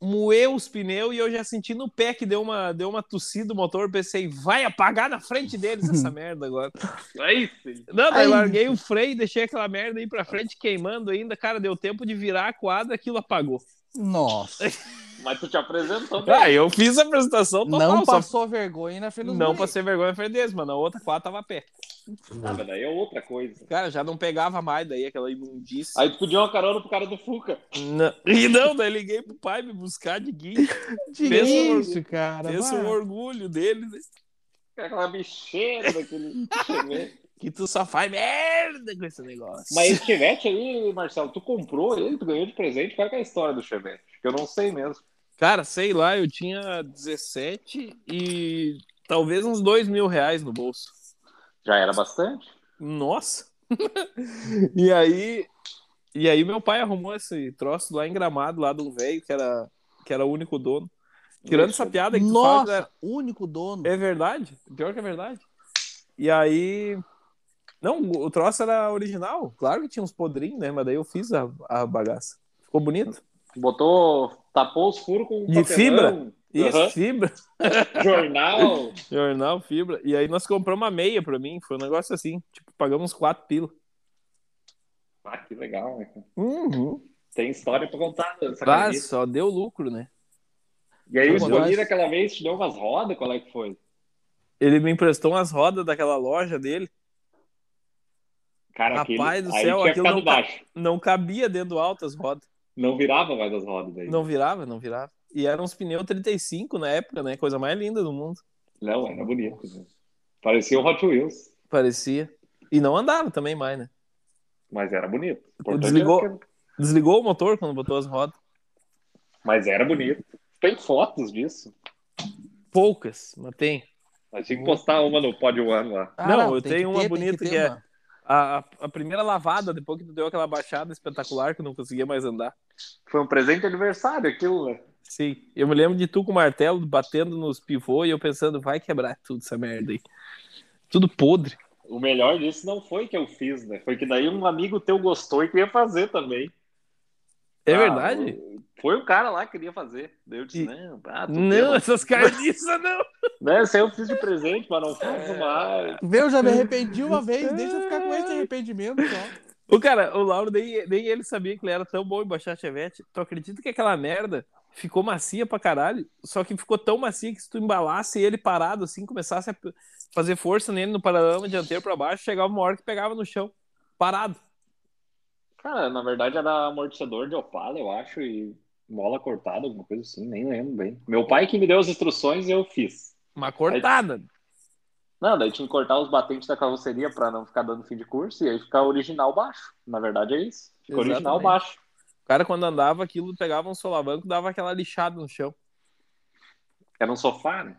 [SPEAKER 3] moeu os pneus e eu já senti no pé que deu uma, deu uma tossida o motor. Pensei, vai apagar na frente deles essa merda agora.
[SPEAKER 2] Aí sim.
[SPEAKER 3] Não, daí
[SPEAKER 1] Ai.
[SPEAKER 3] larguei o freio, deixei aquela merda aí pra frente queimando ainda. Cara, deu tempo de virar a quadra, aquilo apagou.
[SPEAKER 1] Nossa.
[SPEAKER 2] Mas tu te apresentou bem.
[SPEAKER 3] Ah, eu fiz a apresentação total,
[SPEAKER 1] Não
[SPEAKER 3] não só
[SPEAKER 1] passou vergonha né, na frente dos
[SPEAKER 3] não
[SPEAKER 1] guri.
[SPEAKER 3] passei vergonha na frente deles, mano. A outra quadra tava a pé.
[SPEAKER 2] Ah, mas daí é outra coisa.
[SPEAKER 3] Cara, já não pegava mais daí aquela imundice.
[SPEAKER 2] Aí tu pediu uma carona pro cara do Fuca.
[SPEAKER 3] Não. E não, daí liguei pro pai me buscar de guia.
[SPEAKER 1] Difícil, é cara.
[SPEAKER 3] Esse é
[SPEAKER 1] vai.
[SPEAKER 3] o orgulho dele, né?
[SPEAKER 2] Aquela bicheira daquele chevette.
[SPEAKER 3] Que tu só faz merda com esse negócio.
[SPEAKER 2] Mas esse chevette aí, Marcelo, tu comprou ele, tu ganhou de presente. Qual que é a história do chevette? Que eu não sei mesmo.
[SPEAKER 3] Cara, sei lá, eu tinha 17 e talvez uns 2 mil reais no bolso.
[SPEAKER 2] Já era bastante?
[SPEAKER 3] Nossa! e aí. E aí meu pai arrumou esse troço lá em Gramado, lá de um velho que era, que era o único dono. Tirando essa piada que tu faz,
[SPEAKER 1] Nossa,
[SPEAKER 3] era-
[SPEAKER 1] único dono.
[SPEAKER 3] é verdade. Pior que é verdade. E aí. Não, o troço era original. Claro que tinha uns podrinhos, né? Mas daí eu fiz a, a bagaça. Ficou bonito.
[SPEAKER 2] Botou, tapou os furos com um
[SPEAKER 3] De
[SPEAKER 2] papelão,
[SPEAKER 3] fibra? Isso,
[SPEAKER 2] aham,
[SPEAKER 3] fibra.
[SPEAKER 2] jornal.
[SPEAKER 3] Jornal, fibra. E aí nós compramos uma meia pra mim. Foi um negócio assim. Tipo, pagamos quatro pila.
[SPEAKER 2] Ah, que legal, né?
[SPEAKER 3] Uhum.
[SPEAKER 2] Tem história pra contar dessa
[SPEAKER 3] Ah,
[SPEAKER 2] camisa.
[SPEAKER 3] só deu lucro, né?
[SPEAKER 2] E aí o
[SPEAKER 1] Pô,
[SPEAKER 2] Escolhi
[SPEAKER 1] mas-
[SPEAKER 2] daquela vez te deu umas rodas, qual é que foi?
[SPEAKER 3] Ele me emprestou umas rodas daquela loja dele.
[SPEAKER 2] Cara,
[SPEAKER 3] Rapaz
[SPEAKER 2] aquele,
[SPEAKER 3] do
[SPEAKER 2] aí
[SPEAKER 3] céu,
[SPEAKER 2] tinha
[SPEAKER 3] aquilo
[SPEAKER 2] ficado
[SPEAKER 3] não- tá
[SPEAKER 2] baixo.
[SPEAKER 3] Não cabia dentro do alto as rodas.
[SPEAKER 2] Não virava mais as rodas aí. Não,
[SPEAKER 3] Não virava, não virava. E eram uns pneus 35 na época, né? Coisa mais linda do mundo.
[SPEAKER 2] era bonito. né? Parecia o Hot Wheels,
[SPEAKER 3] Parecia. E não andava também mais, né?
[SPEAKER 2] mas era bonito. O importante
[SPEAKER 3] Desligou.
[SPEAKER 2] era que-
[SPEAKER 3] Desligou o motor quando botou as rodas.
[SPEAKER 2] Mas era bonito. Tem fotos disso.
[SPEAKER 3] Poucas, mas tem.
[SPEAKER 2] Nós tinha que postar uma no Pod One lá.
[SPEAKER 1] Ah,
[SPEAKER 3] não, eu
[SPEAKER 1] tem que
[SPEAKER 3] tenho uma
[SPEAKER 1] ter, tem
[SPEAKER 3] bonita que
[SPEAKER 1] ter
[SPEAKER 3] é-
[SPEAKER 1] uma.
[SPEAKER 3] A, a, a primeira lavada, depois que tu deu aquela baixada espetacular que eu não conseguia mais andar.
[SPEAKER 2] Foi um presente de aniversário aquilo, né?
[SPEAKER 3] Sim, eu me lembro de tu com o martelo batendo nos pivô e eu pensando, vai quebrar tudo essa merda aí. Tudo podre.
[SPEAKER 2] O melhor disso não foi que eu fiz, né? Foi que daí um amigo teu gostou e queria fazer também.
[SPEAKER 3] É
[SPEAKER 2] Ah,
[SPEAKER 3] verdade?
[SPEAKER 2] Foi o cara lá que queria fazer. Daí eu disse,
[SPEAKER 3] E-
[SPEAKER 2] não, ah, tu
[SPEAKER 3] Não,
[SPEAKER 2] quer,
[SPEAKER 3] essas carniças não!
[SPEAKER 2] Né, Esse aí eu fiz de presente, mas não
[SPEAKER 1] É.
[SPEAKER 2] faço mais.
[SPEAKER 1] Vê, eu já me arrependi uma vez, deixa eu ficar com esse arrependimento só.
[SPEAKER 3] O cara, o Lauro, nem, nem ele sabia que ele era tão bom em baixar chevette. Tu acredita que aquela merda ficou macia pra caralho? Só que ficou tão macia que se tu embalasse ele parado assim, começasse a p- fazer força nele no paralama dianteiro pra baixo, chegava uma hora que pegava no chão. Parado.
[SPEAKER 2] Cara, na verdade era amortecedor de opala, eu acho, e mola cortada, alguma coisa assim, nem lembro bem. Meu pai que me deu as instruções e eu fiz.
[SPEAKER 3] Uma cortada.
[SPEAKER 2] Não, daí tinha que cortar os batentes da carroceria pra não ficar dando fim de curso e aí ficar original baixo. Na verdade é isso. Ficou original
[SPEAKER 3] Exatamente.
[SPEAKER 2] baixo.
[SPEAKER 3] O cara, quando andava aquilo, pegava um solavanco, dava aquela lixada no chão.
[SPEAKER 2] Era um sofá, né?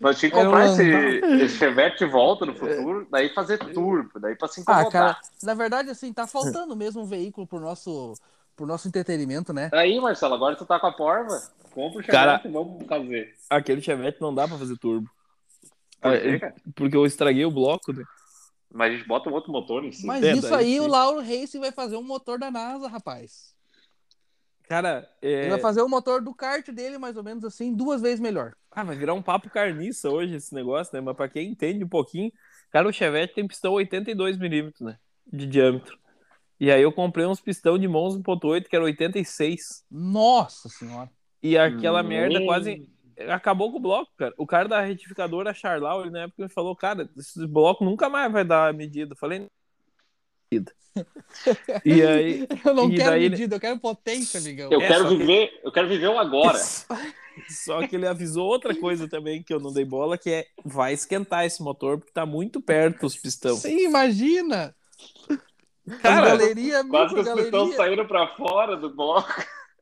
[SPEAKER 2] Nós tinha que
[SPEAKER 1] Era
[SPEAKER 2] comprar
[SPEAKER 1] um
[SPEAKER 2] esse,
[SPEAKER 1] andar.
[SPEAKER 2] esse Chevette de volta no futuro, daí fazer turbo, daí pra se incomodar.
[SPEAKER 1] Ah, cara, na verdade, assim, tá faltando mesmo um veículo pro nosso, pro nosso entretenimento,
[SPEAKER 3] Tá
[SPEAKER 1] né?
[SPEAKER 2] Aí, Marcelo, agora tu tá com a porva, compra o Chevette
[SPEAKER 3] Cara-
[SPEAKER 2] e vamos fazer.
[SPEAKER 3] Aquele chevette não dá pra fazer turbo.
[SPEAKER 2] Por
[SPEAKER 3] É,
[SPEAKER 2] quê,
[SPEAKER 3] eu-
[SPEAKER 2] cara?
[SPEAKER 3] Porque eu estraguei o bloco, né?
[SPEAKER 2] Mas a gente bota um outro motor em cima.
[SPEAKER 1] Mas
[SPEAKER 3] entendo,
[SPEAKER 1] isso
[SPEAKER 3] aí
[SPEAKER 1] aí,
[SPEAKER 3] sim.
[SPEAKER 1] o Lauro Racing vai fazer um motor da NASA, rapaz.
[SPEAKER 3] Cara, é...
[SPEAKER 1] Ele vai fazer o motor do kart dele, mais ou menos assim, duas vezes melhor.
[SPEAKER 3] Ah, vai virar um papo carniça hoje esse negócio, né? Mas pra quem entende um pouquinho, cara, o Chevette tem pistão 82mm, né? De diâmetro. E aí eu comprei uns pistão de mãos 1.8, que era 86.
[SPEAKER 1] Nossa senhora.
[SPEAKER 3] E aquela merda
[SPEAKER 2] Hum.
[SPEAKER 3] quase. acabou com o bloco, cara. O cara da retificadora Charlau, ele na época me falou, cara, esse bloco nunca mais vai dar medida. Eu falei, medida. E aí,
[SPEAKER 1] Eu não
[SPEAKER 3] E
[SPEAKER 1] quero
[SPEAKER 3] daí ele-
[SPEAKER 1] medida, eu quero potência, amigão.
[SPEAKER 2] Eu
[SPEAKER 3] É,
[SPEAKER 2] quero
[SPEAKER 3] só que-
[SPEAKER 2] viver, eu quero viver o agora.
[SPEAKER 3] Só que ele avisou outra coisa também que eu não dei bola, que é vai esquentar esse motor porque tá muito perto os pistão.
[SPEAKER 1] Sim, imagina!
[SPEAKER 3] Cara,
[SPEAKER 1] galeria,
[SPEAKER 3] é
[SPEAKER 2] Quase que
[SPEAKER 1] micro
[SPEAKER 2] os pistões
[SPEAKER 1] galeria.
[SPEAKER 2] saíram pra fora do bloco.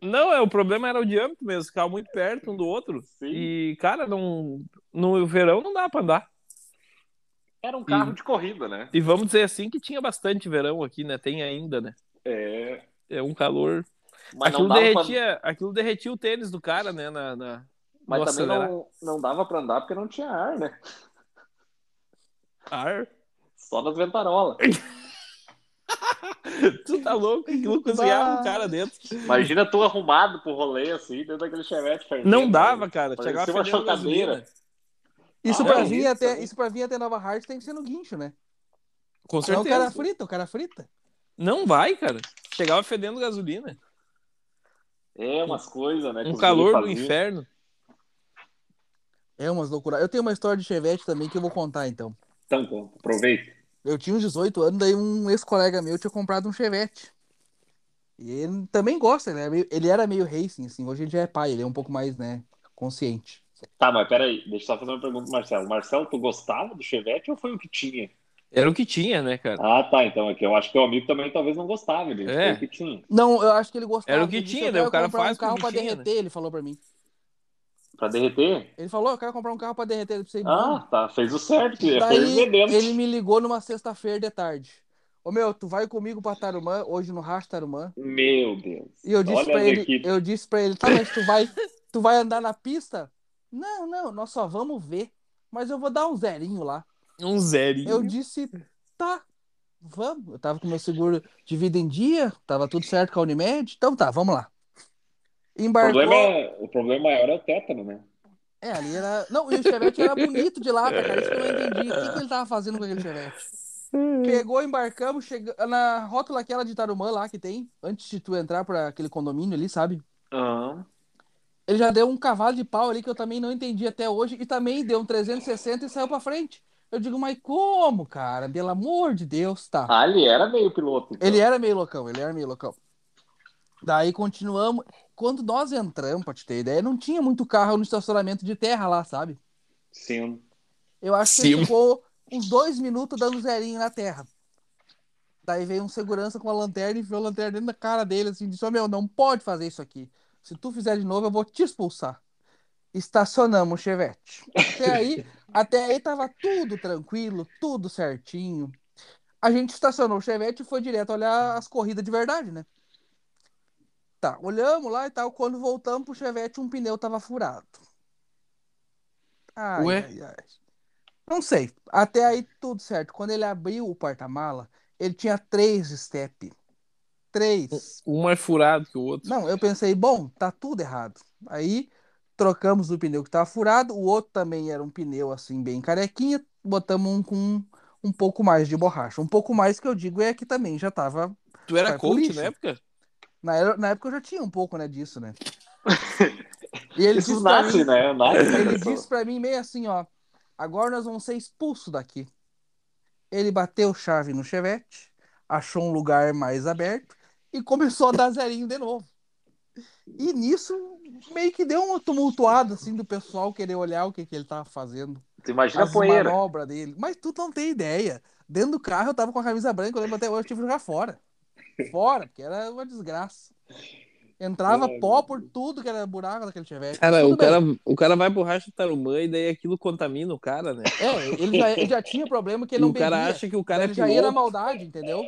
[SPEAKER 3] não, é o problema era o diâmetro mesmo, ficava muito perto um do outro.
[SPEAKER 2] Sim.
[SPEAKER 3] E cara, não no verão não dá pra andar.
[SPEAKER 2] Era um carro de corrida, né?
[SPEAKER 3] E vamos dizer assim que tinha bastante verão aqui, né? Tem ainda, né?
[SPEAKER 2] É.
[SPEAKER 3] É um calor.
[SPEAKER 2] Mas
[SPEAKER 3] aquilo
[SPEAKER 2] não dava pra-
[SPEAKER 3] derretia, aquilo derretia o tênis do cara, né, na, na-
[SPEAKER 2] Mas
[SPEAKER 3] no
[SPEAKER 2] também
[SPEAKER 3] acelerar.
[SPEAKER 2] não, não dava pra andar porque não tinha ar, né?
[SPEAKER 3] ar.
[SPEAKER 2] Só nas ventarolas.
[SPEAKER 3] Tu tá louco, aquilo cozinhava o cara dentro.
[SPEAKER 2] Imagina tu arrumado pro rolê assim, dentro daquele chevette fervendo.
[SPEAKER 3] Não dava, cara.
[SPEAKER 2] Parecia
[SPEAKER 3] Chegava
[SPEAKER 2] uma
[SPEAKER 3] fedendo
[SPEAKER 2] chocadeira.
[SPEAKER 3] gasolina.
[SPEAKER 1] Isso,
[SPEAKER 2] Ah,
[SPEAKER 1] pra
[SPEAKER 2] é
[SPEAKER 1] vir
[SPEAKER 2] isso,
[SPEAKER 1] até,
[SPEAKER 2] né?
[SPEAKER 1] isso pra vir até Nova Hart tem que ser no guincho, né?
[SPEAKER 3] Com
[SPEAKER 1] Senão o
[SPEAKER 3] certeza.
[SPEAKER 1] cara frita, o cara frita.
[SPEAKER 3] Não vai, cara. Chegava fedendo gasolina.
[SPEAKER 2] É, umas coisas, né? que
[SPEAKER 3] um
[SPEAKER 2] os
[SPEAKER 3] calor do
[SPEAKER 2] guri faziam.
[SPEAKER 3] inferno.
[SPEAKER 1] É umas loucuras. Eu tenho uma história de Chevette também que eu vou contar, então.
[SPEAKER 2] Então, conta, aproveita.
[SPEAKER 1] Eu tinha uns 18 anos, daí um ex-colega meu tinha comprado um Chevette. E ele também gosta, né? Ele era meio racing, assim. Hoje ele já é pai, ele é um pouco mais, né, consciente.
[SPEAKER 2] Tá, mas peraí, deixa eu só fazer uma pergunta pro Marcelo. Marcelo, tu gostava do chevette ou foi o que tinha?
[SPEAKER 3] Era o que tinha, né, cara?
[SPEAKER 2] Ah, tá, então aqui. Eu acho que teu amigo também talvez não gostava, ele foi
[SPEAKER 3] É.
[SPEAKER 2] o que tinha.
[SPEAKER 1] Não, eu acho que ele gostava.
[SPEAKER 3] Era o que
[SPEAKER 1] ele disse,
[SPEAKER 3] tinha,
[SPEAKER 1] eu
[SPEAKER 3] né?
[SPEAKER 1] quero
[SPEAKER 3] O cara
[SPEAKER 1] comprar
[SPEAKER 3] faz
[SPEAKER 1] um
[SPEAKER 3] com o
[SPEAKER 1] carro
[SPEAKER 3] que
[SPEAKER 1] pra
[SPEAKER 3] tinha, né?
[SPEAKER 1] derreter, ele falou pra mim.
[SPEAKER 2] Pra derreter?
[SPEAKER 1] Ele falou, eu quero comprar um carro pra derreter. Eu pensei,
[SPEAKER 2] Ah,
[SPEAKER 1] mano.
[SPEAKER 2] tá, fez o certo. Foi
[SPEAKER 1] Daí
[SPEAKER 2] vendendo.
[SPEAKER 1] ele me ligou numa sexta-feira de tarde. Ô meu, tu vai comigo pra Tarumã, hoje no Racha Tarumã.
[SPEAKER 2] Meu Deus.
[SPEAKER 1] E eu disse
[SPEAKER 2] Olha
[SPEAKER 1] pra
[SPEAKER 2] as
[SPEAKER 1] ele,
[SPEAKER 2] equipes.
[SPEAKER 1] eu disse para ele, tá, mas tu vai, tu vai andar na pista? Não, não, nós só vamos ver, mas eu vou dar um zerinho lá.
[SPEAKER 3] Um zerinho.
[SPEAKER 1] Eu disse, tá, vamos. Eu tava com meu seguro de vida em dia, tava tudo certo com a Unimed, então tá, vamos lá.
[SPEAKER 2] O
[SPEAKER 1] Embarcou.
[SPEAKER 2] problema, é- o problema maior é o tétano, né?
[SPEAKER 1] É, ali era. Não, e o Chevette era bonito de lata, cara. Isso que eu não entendi. O que, que ele tava fazendo com aquele Chevette? Pegou, embarcamos, chega... na rótula aquela de Tarumã lá que tem, antes de tu entrar pra aquele condomínio ali, sabe?
[SPEAKER 2] Ah,
[SPEAKER 1] Ele já deu um cavalo de pau ali que eu também não entendi até hoje. E também deu um 360 e saiu pra frente. Eu digo, mas como, cara? Pelo amor de Deus, tá.
[SPEAKER 2] ah ele era meio piloto. então.
[SPEAKER 1] Ele era meio loucão, ele era meio loucão. Daí continuamos. Quando nós entramos, pra te ter ideia, não tinha muito carro no estacionamento de terra lá, sabe?
[SPEAKER 2] Sim.
[SPEAKER 1] Eu acho que ele
[SPEAKER 3] Sim.
[SPEAKER 1] ficou uns dois minutos dando zerinho na terra. Daí veio um segurança com uma lanterna e enfiou a lanterna dentro da cara dele, assim, disse, ô meu, não pode fazer isso aqui. Se tu fizer de novo, eu vou te expulsar. Estacionamos o Chevette. Até aí, até aí tava tudo tranquilo, tudo certinho. A gente estacionou o Chevette e foi direto olhar as corridas de verdade, né? Tá, olhamos lá e tal. Quando voltamos pro Chevette, um pneu tava furado. Ai,
[SPEAKER 4] Ué?
[SPEAKER 1] ai, ai. Não sei. Até aí tudo certo. Quando ele abriu o porta-mala, ele tinha três step. Três.
[SPEAKER 3] Um é furado que o outro.
[SPEAKER 1] Não, eu pensei, bom, tá tudo errado. Aí trocamos o pneu que tava furado, o outro também era um pneu assim, bem carequinha, botamos um com um pouco mais de borracha. Um pouco mais que eu digo é que também já tava.
[SPEAKER 3] Tu era
[SPEAKER 1] Vai pro
[SPEAKER 3] coach
[SPEAKER 1] lixo.
[SPEAKER 3] na época?
[SPEAKER 1] Na, era- na época eu já tinha um pouco, né, disso, né? E ele
[SPEAKER 2] Isso
[SPEAKER 1] disse pra
[SPEAKER 2] nasce,
[SPEAKER 1] mim-
[SPEAKER 2] né? Nasce. né,
[SPEAKER 1] Ele
[SPEAKER 2] pessoal?
[SPEAKER 1] disse pra mim meio assim, ó. Agora nós vamos ser expulsos daqui. Ele bateu chave no Chevette, achou um lugar mais aberto e começou a dar zerinho de novo. E nisso meio que deu uma tumultuada assim do pessoal querer olhar o que, que ele tava fazendo.
[SPEAKER 2] Tu imagina
[SPEAKER 1] As
[SPEAKER 2] a poeira.
[SPEAKER 1] manobras dele. Mas tu não tem ideia. Dentro do carro eu tava com a camisa branca, eu lembro até hoje, eu tive que jogar fora. Fora, porque era uma desgraça. Entrava
[SPEAKER 2] Ai,
[SPEAKER 1] pó por tudo que era buraco daquele Chevette.
[SPEAKER 3] Cara,
[SPEAKER 1] Tudo
[SPEAKER 3] o
[SPEAKER 1] bem.
[SPEAKER 3] cara, o cara vai pro racha Tarumã e daí aquilo contamina o cara, né?
[SPEAKER 1] É, ele já, ele já tinha problema que
[SPEAKER 3] E
[SPEAKER 1] ele não
[SPEAKER 3] o cara
[SPEAKER 1] bebia.
[SPEAKER 3] acha que o cara é
[SPEAKER 1] ele já ia na
[SPEAKER 3] piloto.
[SPEAKER 1] maldade, entendeu?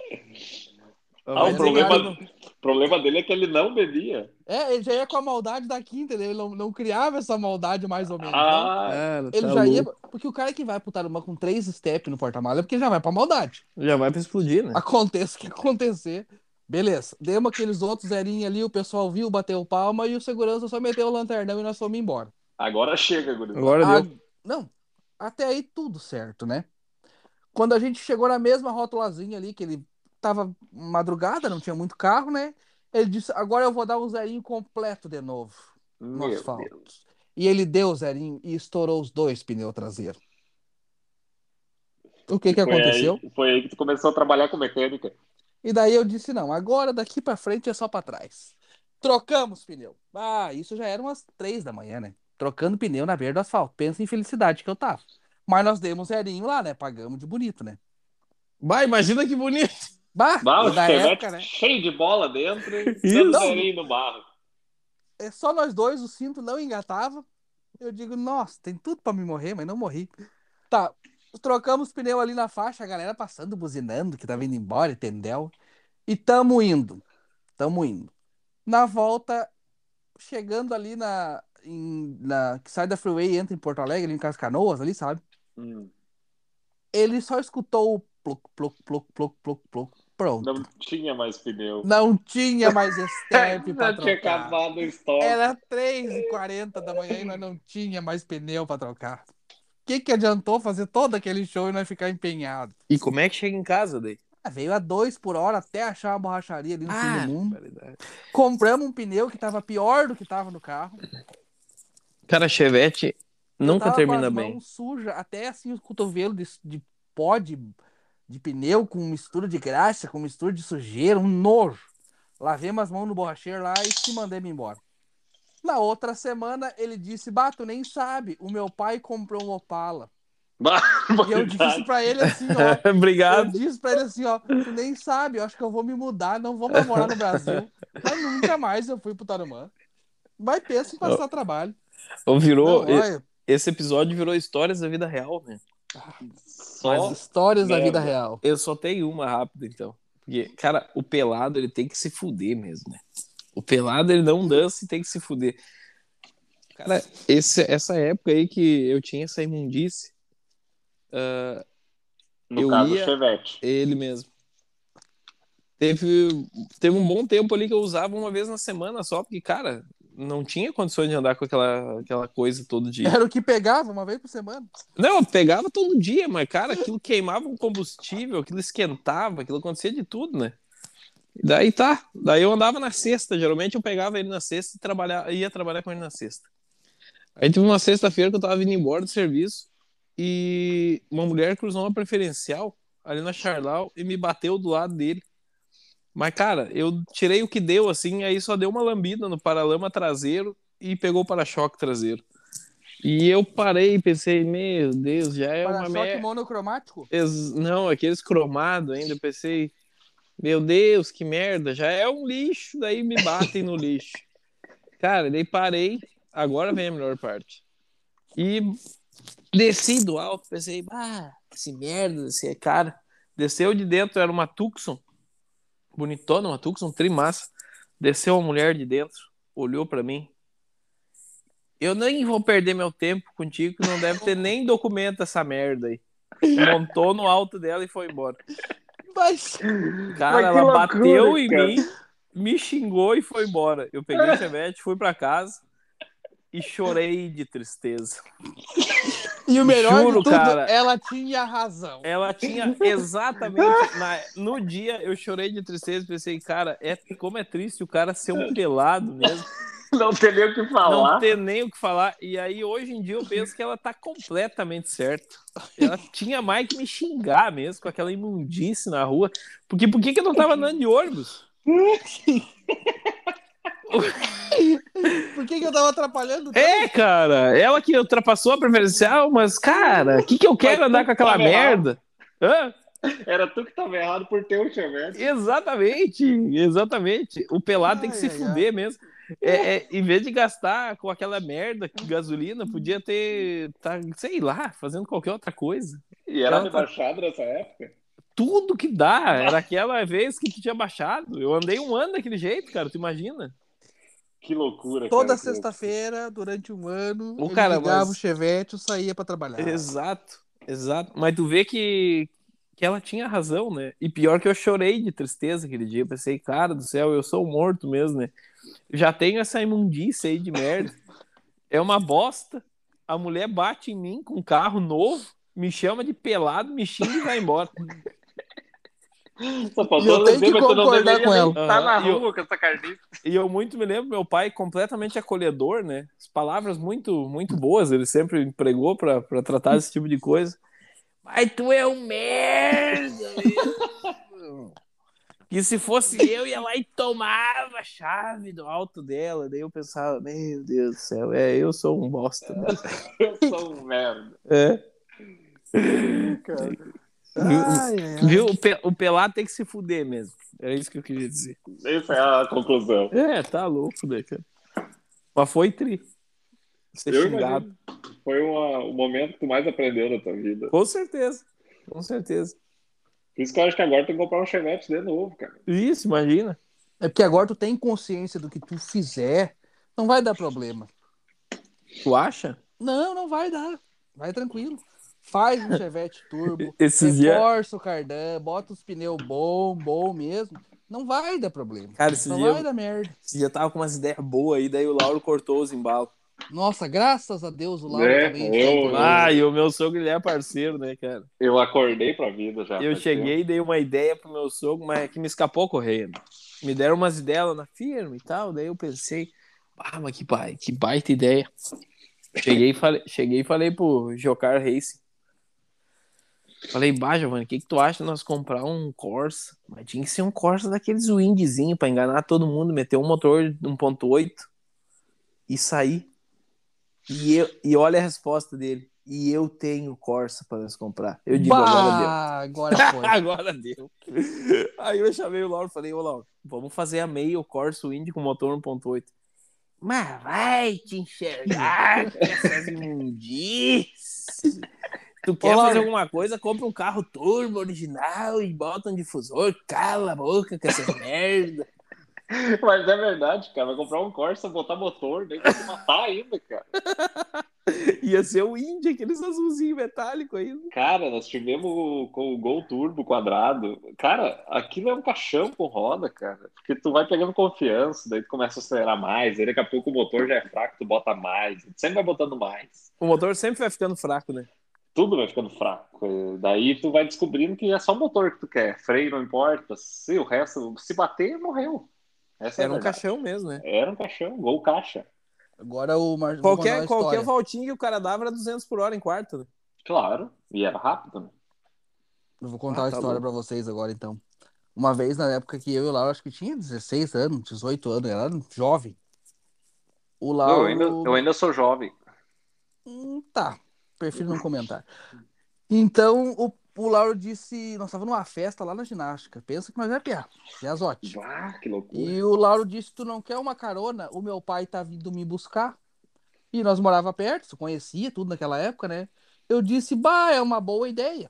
[SPEAKER 2] Ah, o
[SPEAKER 3] Mas
[SPEAKER 1] Mas
[SPEAKER 2] problema,
[SPEAKER 1] ele
[SPEAKER 2] o problema dele é que ele não bebia.
[SPEAKER 1] É, ele já ia com a maldade daqui, entendeu? Ele não, não criava essa maldade mais ou menos. né?
[SPEAKER 2] Ah,
[SPEAKER 3] Cara,
[SPEAKER 1] Ele
[SPEAKER 3] tá
[SPEAKER 1] já ia.
[SPEAKER 3] louco.
[SPEAKER 1] Porque o cara que vai pro Tarumã com três steps no porta-malha é porque ele já vai pra maldade.
[SPEAKER 3] Já vai pra explodir, né?
[SPEAKER 1] Aconteça o que acontecer. Beleza. Demos aqueles outros zerinhos ali, o pessoal viu, bateu palma e o segurança só meteu o lanternão e nós fomos embora.
[SPEAKER 2] agora chega, gurizada.
[SPEAKER 3] Agora
[SPEAKER 1] Ah,
[SPEAKER 3] deu.
[SPEAKER 1] Não, até aí tudo certo, né? Quando a gente chegou na mesma rotulazinha ali, que ele tava madrugada, não tinha muito carro, né? Ele disse: agora eu vou dar um zerinho completo de novo no
[SPEAKER 2] Meu
[SPEAKER 1] asfalto.
[SPEAKER 2] Deus.
[SPEAKER 1] E ele deu o zerinho e estourou os dois pneus traseiros. O que que
[SPEAKER 2] Foi aí-
[SPEAKER 1] aconteceu?
[SPEAKER 2] foi aí que tu começou a trabalhar com mecânica.
[SPEAKER 1] E daí eu disse, não, agora daqui pra frente é só pra trás. Trocamos pneu. Ah, isso já era umas três da manhã, né? Trocando pneu na beira do asfalto. Pensa em felicidade que eu tava. Mas nós demos zerinho lá, né? Pagamos de bonito, né?
[SPEAKER 3] Bah, imagina que bonito.
[SPEAKER 1] Bah,
[SPEAKER 2] Bah, o
[SPEAKER 1] na
[SPEAKER 2] chevette
[SPEAKER 1] época, né?
[SPEAKER 2] cheio de bola dentro.
[SPEAKER 3] Isso.
[SPEAKER 2] Isso. Zerinho no barro.
[SPEAKER 1] É só nós dois, o cinto não engatava. Eu digo, nossa, tem tudo pra me morrer, mas não morri. Tá, trocamos pneu ali na faixa, a galera passando, buzinando, que tava indo embora, entendeu? E tamo indo. Tamo indo. Na volta, chegando ali na, em- na- que sai da freeway e entra em Porto Alegre, ali em Cascanoas, ali, sabe?
[SPEAKER 2] Hum,
[SPEAKER 1] Ele só escutou o pluc, pluc, pluc, pluc, pluc, pluc. Pronto.
[SPEAKER 2] não tinha mais pneu.
[SPEAKER 1] Não tinha mais step pra
[SPEAKER 2] É, Não tinha
[SPEAKER 1] trocar. É,
[SPEAKER 2] acabado o estoque.
[SPEAKER 1] Era 3h40 da manhã e nós não tinha mais pneu pra trocar. O que, que adiantou fazer todo aquele show e nós ficar empenhado?
[SPEAKER 3] E como é que chega em casa daí?
[SPEAKER 1] Ah, veio a 2 por hora até achar uma borracharia ali no fim
[SPEAKER 3] Ah,
[SPEAKER 1] do mundo.
[SPEAKER 3] barbaridade.
[SPEAKER 1] Compramos um pneu que tava pior do que tava no carro.
[SPEAKER 3] Cara, Chevette nunca
[SPEAKER 1] Tava com
[SPEAKER 3] termina
[SPEAKER 1] as
[SPEAKER 3] bem.
[SPEAKER 1] mãos suja, até assim os cotovelos de, de pó de, de pneu com mistura de graxa, com mistura de sujeira, um nojo. Lavemos as mãos no borracheiro lá e se mandei-me embora. Na outra semana ele disse: Bato, nem sabe, o meu pai comprou um Opala. E eu disse
[SPEAKER 2] Barbaridade.
[SPEAKER 1] pra ele assim, ó. Eu
[SPEAKER 3] Obrigado.
[SPEAKER 1] disse pra ele assim, ó, tu nem sabe, eu acho que eu vou me mudar, não vou mais morar no Brasil. Mas nunca mais eu fui pro Tarumã. Mas pensa em passar trabalho.
[SPEAKER 3] Ô, Virou,
[SPEAKER 1] Não, olha,
[SPEAKER 3] esse episódio virou histórias da vida real, né?
[SPEAKER 2] Só
[SPEAKER 1] histórias da
[SPEAKER 2] merda.
[SPEAKER 1] vida real.
[SPEAKER 3] Eu só tenho uma rápida, então. Porque, cara, o pelado, ele tem que se fuder mesmo, né? O pelado, ele não dança e tem que se fuder. Cara, esse, essa época aí que eu tinha essa imundice,
[SPEAKER 2] no
[SPEAKER 3] eu
[SPEAKER 2] caso,
[SPEAKER 3] ia-
[SPEAKER 2] o Chevette.
[SPEAKER 3] ele mesmo. Teve, teve um bom tempo ali que eu usava uma vez na semana só, porque, cara, não tinha condições de andar com aquela, aquela coisa todo dia.
[SPEAKER 1] Era o que pegava uma vez por semana.
[SPEAKER 3] Não, eu pegava todo dia, mas, cara, aquilo queimava um combustível, aquilo esquentava, aquilo acontecia de tudo, né? E daí tá. Daí eu andava na sexta. Geralmente eu pegava ele na sexta e trabalha- ia trabalhar com ele na sexta. Aí teve uma sexta-feira que eu tava indo embora do serviço e uma mulher cruzou uma preferencial ali na Charlau e me bateu do lado dele. Mas, cara, eu tirei o que deu, assim, aí só deu uma lambida no paralama traseiro e pegou o para-choque traseiro. E eu parei e pensei, meu Deus, já é uma
[SPEAKER 1] Para-choque
[SPEAKER 3] merda.
[SPEAKER 1] monocromático.
[SPEAKER 3] Ex- Não, aqueles cromados ainda. Eu pensei, meu Deus, que merda, já é um lixo. Daí me batem no lixo. Cara, daí parei. Agora vem a melhor parte. E desci do alto, pensei, ah, esse merda, esse cara. Desceu de dentro, era uma Tucson. Bonitona, uma Tucson, trimassa. Desceu uma mulher de dentro, olhou pra mim. Eu nem vou perder meu tempo contigo, que não deve ter nem documento essa merda aí montou no alto dela e foi embora.
[SPEAKER 1] Mas
[SPEAKER 3] Cara,
[SPEAKER 2] Mas que
[SPEAKER 3] ela
[SPEAKER 2] loucura,
[SPEAKER 3] bateu em
[SPEAKER 2] cara.
[SPEAKER 3] mim, me xingou e foi embora. Eu peguei o chevette, fui pra casa e chorei de tristeza.
[SPEAKER 1] e o melhor
[SPEAKER 3] Juro,
[SPEAKER 1] de tudo,
[SPEAKER 3] cara. É.
[SPEAKER 1] ela tinha razão.
[SPEAKER 3] Ela tinha exatamente na- no dia eu chorei de tristeza, pensei, cara, é como é triste o cara ser um pelado mesmo,
[SPEAKER 2] Não tem nem o que
[SPEAKER 3] não
[SPEAKER 2] falar.
[SPEAKER 3] ter nem o que falar. E aí hoje em dia eu penso que ela tá completamente certa. Ela tinha mais que me xingar mesmo com aquela imundice na rua, porque por que que eu não tava andando de ônibus?
[SPEAKER 1] Por que, que eu tava atrapalhando?
[SPEAKER 3] É, cara, ela que ultrapassou a preferencial, mas, cara, o que, que eu quero
[SPEAKER 2] Mas tu
[SPEAKER 3] andar com aquela
[SPEAKER 2] tava errado.
[SPEAKER 3] merda? Hã?
[SPEAKER 2] Era tu que tava errado por ter um Chevette.
[SPEAKER 3] Exatamente, exatamente. O pelado tem que
[SPEAKER 1] Ai,
[SPEAKER 3] se
[SPEAKER 1] ai,
[SPEAKER 3] fuder mesmo. É, é, em vez de gastar com aquela merda que gasolina, podia ter, tá, sei lá, fazendo qualquer outra coisa.
[SPEAKER 2] E era
[SPEAKER 3] Ela tá-
[SPEAKER 2] rebaixado nessa época.
[SPEAKER 3] Tudo que dá. Era aquela vez que tu tinha baixado. Eu andei um ano daquele jeito, cara, tu imagina?
[SPEAKER 2] Que loucura.
[SPEAKER 1] Toda
[SPEAKER 2] cara.
[SPEAKER 1] sexta-feira, durante um ano,
[SPEAKER 3] Ô,
[SPEAKER 1] ele
[SPEAKER 3] cara,
[SPEAKER 1] ligava
[SPEAKER 3] mas-
[SPEAKER 1] o chevette e saía pra trabalhar.
[SPEAKER 3] Exato, exato. Mas tu vê que, que ela tinha razão, né? E pior que eu chorei de tristeza aquele dia. Eu pensei, cara do céu, eu sou morto mesmo, né? Já tenho essa imundícia aí de merda. É uma bosta. A mulher bate em mim com um carro novo, me chama de pelado, me xinga e vai embora.
[SPEAKER 2] Só
[SPEAKER 1] E eu
[SPEAKER 2] faltou
[SPEAKER 1] tenho
[SPEAKER 2] dizer,
[SPEAKER 1] que
[SPEAKER 2] mas tu não
[SPEAKER 1] concordar
[SPEAKER 2] deveria
[SPEAKER 1] com
[SPEAKER 2] nem
[SPEAKER 1] ela.
[SPEAKER 2] Tá na
[SPEAKER 3] Aham, e eu-
[SPEAKER 2] rua com essa carniça.
[SPEAKER 3] E eu muito me lembro, meu pai completamente acolhedor, né? As palavras muito, muito boas, ele sempre empregou pra, pra tratar desse tipo de coisa. Mas tu é um merda! meu. E se fosse eu, ia lá e tomava a chave do alto dela. Daí eu pensava, meu Deus do céu, é, eu sou um bosta. né?
[SPEAKER 2] Eu sou um merda.
[SPEAKER 3] É.
[SPEAKER 2] Cara.
[SPEAKER 1] Ai, ai, ai.
[SPEAKER 3] Viu? O, pe o pelado tem que se fuder mesmo. É isso que eu queria dizer.
[SPEAKER 2] Essa é a conclusão.
[SPEAKER 3] É, tá louco, né, cara? Mas foi tri. Ser
[SPEAKER 2] Eu
[SPEAKER 3] xingado.
[SPEAKER 2] imagino. Foi uma- o momento que tu mais aprendeu na tua vida.
[SPEAKER 3] Com certeza. Com certeza.
[SPEAKER 2] Por isso que eu acho que agora tem que comprar um chevette de novo, cara.
[SPEAKER 3] Isso, imagina.
[SPEAKER 1] É porque agora tu tem consciência do que tu fizer, não vai dar problema.
[SPEAKER 3] Tu acha?
[SPEAKER 1] Não, não vai dar. Vai tranquilo. Faz um Chevette turbo,
[SPEAKER 3] Esses dias.
[SPEAKER 1] reforça o cardan, bota os pneus bom, bom mesmo. Não vai dar problema.
[SPEAKER 3] Cara, esses
[SPEAKER 1] Não vai
[SPEAKER 3] dias
[SPEAKER 1] dar merda.
[SPEAKER 3] esse dia eu tava com umas ideias boas aí, daí o Lauro cortou os embalos.
[SPEAKER 1] Nossa, graças a Deus o Lauro
[SPEAKER 2] É,
[SPEAKER 1] também.
[SPEAKER 2] eu-
[SPEAKER 3] Ah, e o meu sogro, ele é parceiro, né, cara?
[SPEAKER 2] Eu acordei pra vida já.
[SPEAKER 3] Eu
[SPEAKER 2] faz
[SPEAKER 3] cheguei e dei uma ideia pro meu sogro, mas é que me escapou correndo. Me deram umas ideias lá na firma e tal, daí eu pensei, ah, mas que, bai- que baita ideia. Cheguei e falei, cheguei e falei pro Jocar Racing. Falei, bah, Giovanni, o que, que tu acha de nós comprar um Corsa? Mas tinha que ser um Corsa daqueles windzinho pra enganar todo mundo, meter um motor 1.8 e sair. E, eu, e olha a resposta dele. E eu tenho Corsa pra nós comprar. Eu digo, agora deu.
[SPEAKER 1] Bah, agora foi.
[SPEAKER 3] Agora deu. Aí eu chamei o Lauro e falei, ô Lauro, vamos fazer a meia o Corsa Wind com motor 1.8. Mas vai te enxergar com essas imundícias. Tu quer
[SPEAKER 1] Lauro.
[SPEAKER 3] fazer alguma coisa, compra um carro turbo original e bota um difusor, cala a boca com essas merda.
[SPEAKER 2] tempo. Mas é verdade, cara. Vai comprar um Corsa, botar motor, nem vai se matar ainda, cara.
[SPEAKER 3] Ia ser o Indy, aqueles azulzinho metálico ainda.
[SPEAKER 2] Cara, nós tivemos o- com o Gol Turbo quadrado. Cara, aquilo é um caixão com roda, cara. Porque tu vai pegando confiança, daí tu começa a acelerar mais, aí daqui a pouco o motor já é fraco, tu bota mais, tu sempre vai botando mais.
[SPEAKER 3] O motor sempre vai ficando fraco, né?
[SPEAKER 2] Tudo vai ficando fraco. Eh, Daí tu vai descobrindo que é só o motor que tu quer. Freio não importa. Se o resto, se bater, morreu. Essa é
[SPEAKER 3] Era um
[SPEAKER 2] caixão.
[SPEAKER 3] caixão mesmo, né?
[SPEAKER 2] Era um caixão, gol caixa.
[SPEAKER 1] Agora o Mar... vou contar
[SPEAKER 3] Qualquer,
[SPEAKER 1] uma
[SPEAKER 3] qualquer
[SPEAKER 1] história.
[SPEAKER 3] voltinha que o cara dava era 200 por hora em quarto, né?
[SPEAKER 2] Claro. E era rápido, né?
[SPEAKER 1] Eu vou contar
[SPEAKER 3] Ah,
[SPEAKER 1] uma
[SPEAKER 3] tá
[SPEAKER 1] história pra vocês agora, então. Uma vez, na época que eu e o Lauro, acho que tinha 16 anos, 18 anos, era jovem. O Lauro...
[SPEAKER 2] Eu,
[SPEAKER 3] Ah,
[SPEAKER 2] ainda, eu ainda sou jovem.
[SPEAKER 1] Hum, Tá, prefiro não comentar. Então, o, o Lauro disse... Nós estávamos numa festa lá na ginástica. Pensa que nós é piá, piazote.
[SPEAKER 2] Ah, que loucura.
[SPEAKER 1] E o Lauro disse: Tu não quer uma carona? O meu pai tá vindo me buscar. E nós morava perto, tu conhecia tudo naquela época, né? Eu disse: Bah, é uma boa ideia.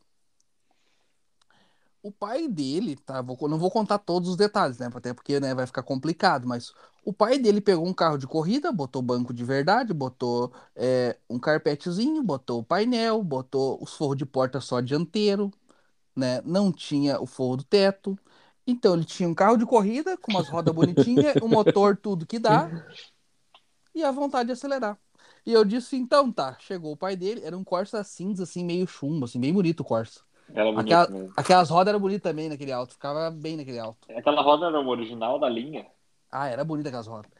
[SPEAKER 1] O pai dele, tá? Vou, não vou contar todos os detalhes, né? Até porque né, vai ficar complicado, mas o pai dele pegou um carro de corrida, botou banco de verdade, botou é, um carpetezinho, botou o painel, botou os forros de porta só dianteiro, né? Não tinha o forro do teto. Então, ele tinha um carro de corrida, com umas rodas bonitinhas, um motor tudo que dá, e a vontade de acelerar. E eu disse, então tá, chegou o pai dele, era um Corsa cinza, assim, meio chumbo, assim, bem bonito o Corsa.
[SPEAKER 2] Era bonito
[SPEAKER 1] Aquela-
[SPEAKER 2] mesmo.
[SPEAKER 1] Aquelas rodas eram bonitas também naquele alto, ficava bem naquele alto.
[SPEAKER 2] Aquela roda era o original da linha.
[SPEAKER 1] Ah, era bonita aquelas rodas.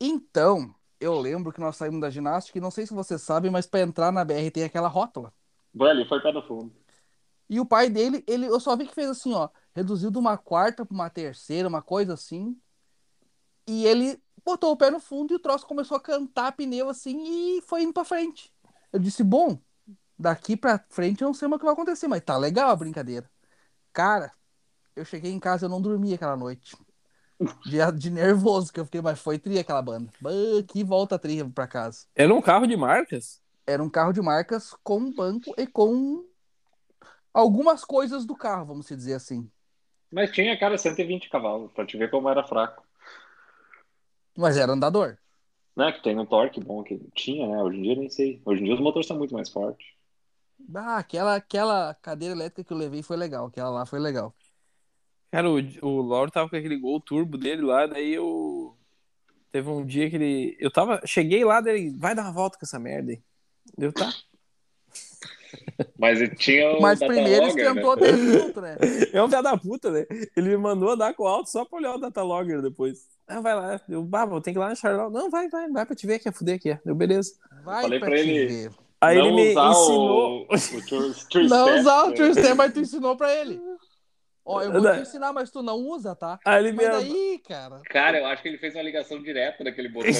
[SPEAKER 1] Então, eu lembro que nós saímos da ginástica, e não sei se vocês sabem, mas pra entrar na BR tem aquela rótula.
[SPEAKER 2] Foi ali, foi pé no fundo.
[SPEAKER 1] E o pai dele, ele, eu só vi que fez assim, ó, reduziu de uma quarta para uma terceira, uma coisa assim. E ele botou o pé no fundo e o troço começou a cantar pneu assim e foi indo para frente. Eu disse, bom, daqui para frente eu não sei mais o que vai acontecer, mas tá legal a brincadeira. Cara, eu cheguei em casa, eu não dormi aquela noite. De, de nervoso que eu fiquei, mas foi tri aquela banda. Bah, que volta tri pra casa.
[SPEAKER 3] Era um carro de marcas?
[SPEAKER 1] Era um carro de marcas com um banco e com algumas coisas do carro, vamos dizer assim.
[SPEAKER 2] Mas tinha, cara, 120 cavalos, pra te ver como era fraco.
[SPEAKER 1] Mas era andador.
[SPEAKER 2] Né? Que tem um torque bom que tinha, né? Hoje em dia nem sei. Hoje em dia os motores são muito mais fortes.
[SPEAKER 1] Ah, aquela, aquela cadeira elétrica que eu levei foi legal. Aquela lá foi legal.
[SPEAKER 3] Cara, o, o Lauro tava com aquele gol turbo dele lá, daí eu. Teve um dia que ele. Eu tava. Cheguei lá, daí ele vai dar uma volta com essa merda aí. Deu, tá.
[SPEAKER 2] Mas ele tinha o
[SPEAKER 1] Mas
[SPEAKER 2] data
[SPEAKER 1] primeiro ele
[SPEAKER 2] logger, É, né?
[SPEAKER 1] esquentou até junto, né?
[SPEAKER 3] É um filho da puta, né? Ele me mandou andar com o alto só pra olhar o datalogger depois. Ah, vai lá. Eu, bah, vou ter que ir lá na Charlau. Não, vai, vai, vai pra te ver que é fuder aqui. é. Eu, beleza.
[SPEAKER 1] Vai
[SPEAKER 2] Falei
[SPEAKER 1] pra
[SPEAKER 2] pra
[SPEAKER 1] te
[SPEAKER 2] ele.
[SPEAKER 1] ver.
[SPEAKER 3] Aí
[SPEAKER 2] não
[SPEAKER 3] ele me
[SPEAKER 2] usar
[SPEAKER 3] ensinou.
[SPEAKER 2] O, o tour, tour
[SPEAKER 1] Não
[SPEAKER 2] step,
[SPEAKER 1] usar o
[SPEAKER 2] né?
[SPEAKER 1] True Stand, mas tu ensinou pra ele. Ó, eu vou
[SPEAKER 3] Não.
[SPEAKER 1] te ensinar, mas tu não usa, tá?
[SPEAKER 3] Aí ele me.
[SPEAKER 1] Mas aí, cara.
[SPEAKER 2] Cara, eu acho que ele fez uma ligação direta daquele botão.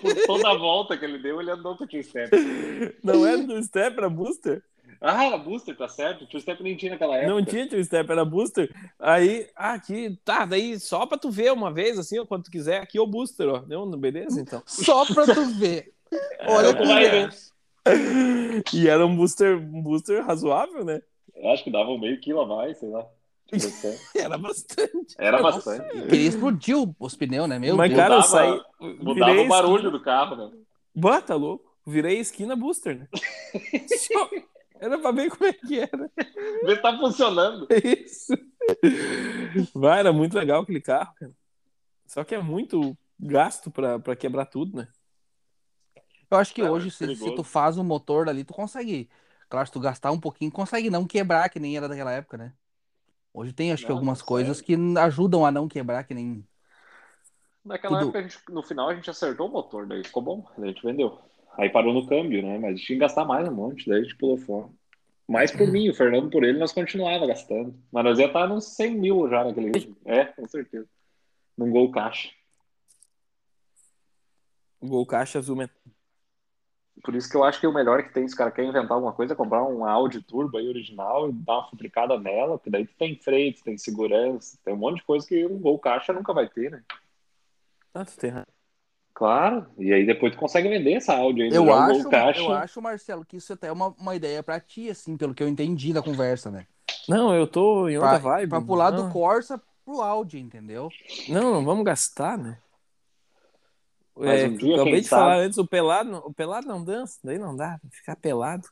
[SPEAKER 2] Por toda a volta que ele deu, ele andou pro Two-Step.
[SPEAKER 3] Não era do Step, era Booster?
[SPEAKER 2] Ah, era booster, tá certo? Two-Step nem tinha naquela época.
[SPEAKER 3] Não tinha Two Step, era Booster. Aí, ah, aqui, tá, daí só pra tu ver uma vez, assim, ó, quando tu quiser, aqui é o Booster, ó. Não, beleza, então.
[SPEAKER 1] Só pra tu ver. Olha
[SPEAKER 2] Era
[SPEAKER 1] como
[SPEAKER 2] live,
[SPEAKER 1] é.
[SPEAKER 2] né?
[SPEAKER 3] E era um booster, um booster razoável, né?
[SPEAKER 2] Eu acho que dava um meio quilo a mais, sei lá. Two-Step.
[SPEAKER 3] Era bastante.
[SPEAKER 2] Era
[SPEAKER 1] Nossa.
[SPEAKER 2] bastante.
[SPEAKER 1] Ele explodiu os pneus, né? Meu
[SPEAKER 3] Mas,
[SPEAKER 1] Deus.
[SPEAKER 3] cara, eu
[SPEAKER 2] Mudava-
[SPEAKER 3] saí.
[SPEAKER 2] Mudava
[SPEAKER 3] virei
[SPEAKER 2] o barulho
[SPEAKER 3] esquina-
[SPEAKER 2] do carro, né?
[SPEAKER 3] Bah, tá louco. Virei esquina booster, né? Só- Era pra ver como é que era.
[SPEAKER 2] Vê se tá funcionando.
[SPEAKER 1] É
[SPEAKER 3] Isso. Vai, era muito legal aquele carro, cara. Só que é muito gasto pra, pra quebrar tudo, né?
[SPEAKER 1] Eu acho que
[SPEAKER 2] Cara,
[SPEAKER 1] hoje, se,
[SPEAKER 2] É, perigoso.
[SPEAKER 1] se tu faz um motor ali, tu consegue. Claro, se tu gastar um pouquinho, consegue não quebrar, que nem era daquela época, né? Hoje tem, acho que,
[SPEAKER 2] Não,
[SPEAKER 1] algumas
[SPEAKER 2] sério.
[SPEAKER 1] coisas que ajudam a não quebrar, que nem.
[SPEAKER 2] Naquela
[SPEAKER 1] Tudo.
[SPEAKER 2] época, a gente, no final, a gente acertou o motor, daí ficou bom, daí a gente vendeu. Aí parou no câmbio, né? Mas a gente tinha que gastar mais um monte, daí a gente pulou fora. Mais por mim, o Fernando por ele, nós continuava gastando. Mas nós ia estar nos 100 mil já naquele. É, com certeza. Num gol caixa.
[SPEAKER 3] O Gol caixa azul, né?
[SPEAKER 2] Por isso que eu acho que o melhor que tem, se o cara quer inventar alguma coisa, é comprar um Audi turbo aí original e dar uma fabricada nela, que daí tu tem freio, tu tem segurança, tem um monte de coisa que um gol caixa nunca vai ter, né?
[SPEAKER 3] Ah, tu tem razão.
[SPEAKER 2] Claro, e aí depois tu consegue vender essa Audi aí,
[SPEAKER 1] Eu
[SPEAKER 2] já um
[SPEAKER 1] acho,
[SPEAKER 2] gol caixa.
[SPEAKER 1] eu acho, Marcelo, que isso até é uma, uma ideia pra ti, assim, pelo que eu entendi da conversa, né?
[SPEAKER 3] Não, eu tô em outra
[SPEAKER 1] Pra,
[SPEAKER 3] vibe. Ah.
[SPEAKER 1] pra pular
[SPEAKER 3] não,
[SPEAKER 1] do Corsa pro Audi, entendeu?
[SPEAKER 3] Não, não vamos gastar, né?
[SPEAKER 2] Mas
[SPEAKER 3] É,
[SPEAKER 2] um dia,
[SPEAKER 3] acabei
[SPEAKER 2] quem
[SPEAKER 3] de falar
[SPEAKER 2] sabe?
[SPEAKER 3] antes, o pelado, não- o pelado não dança, daí não dá, ficar pelado.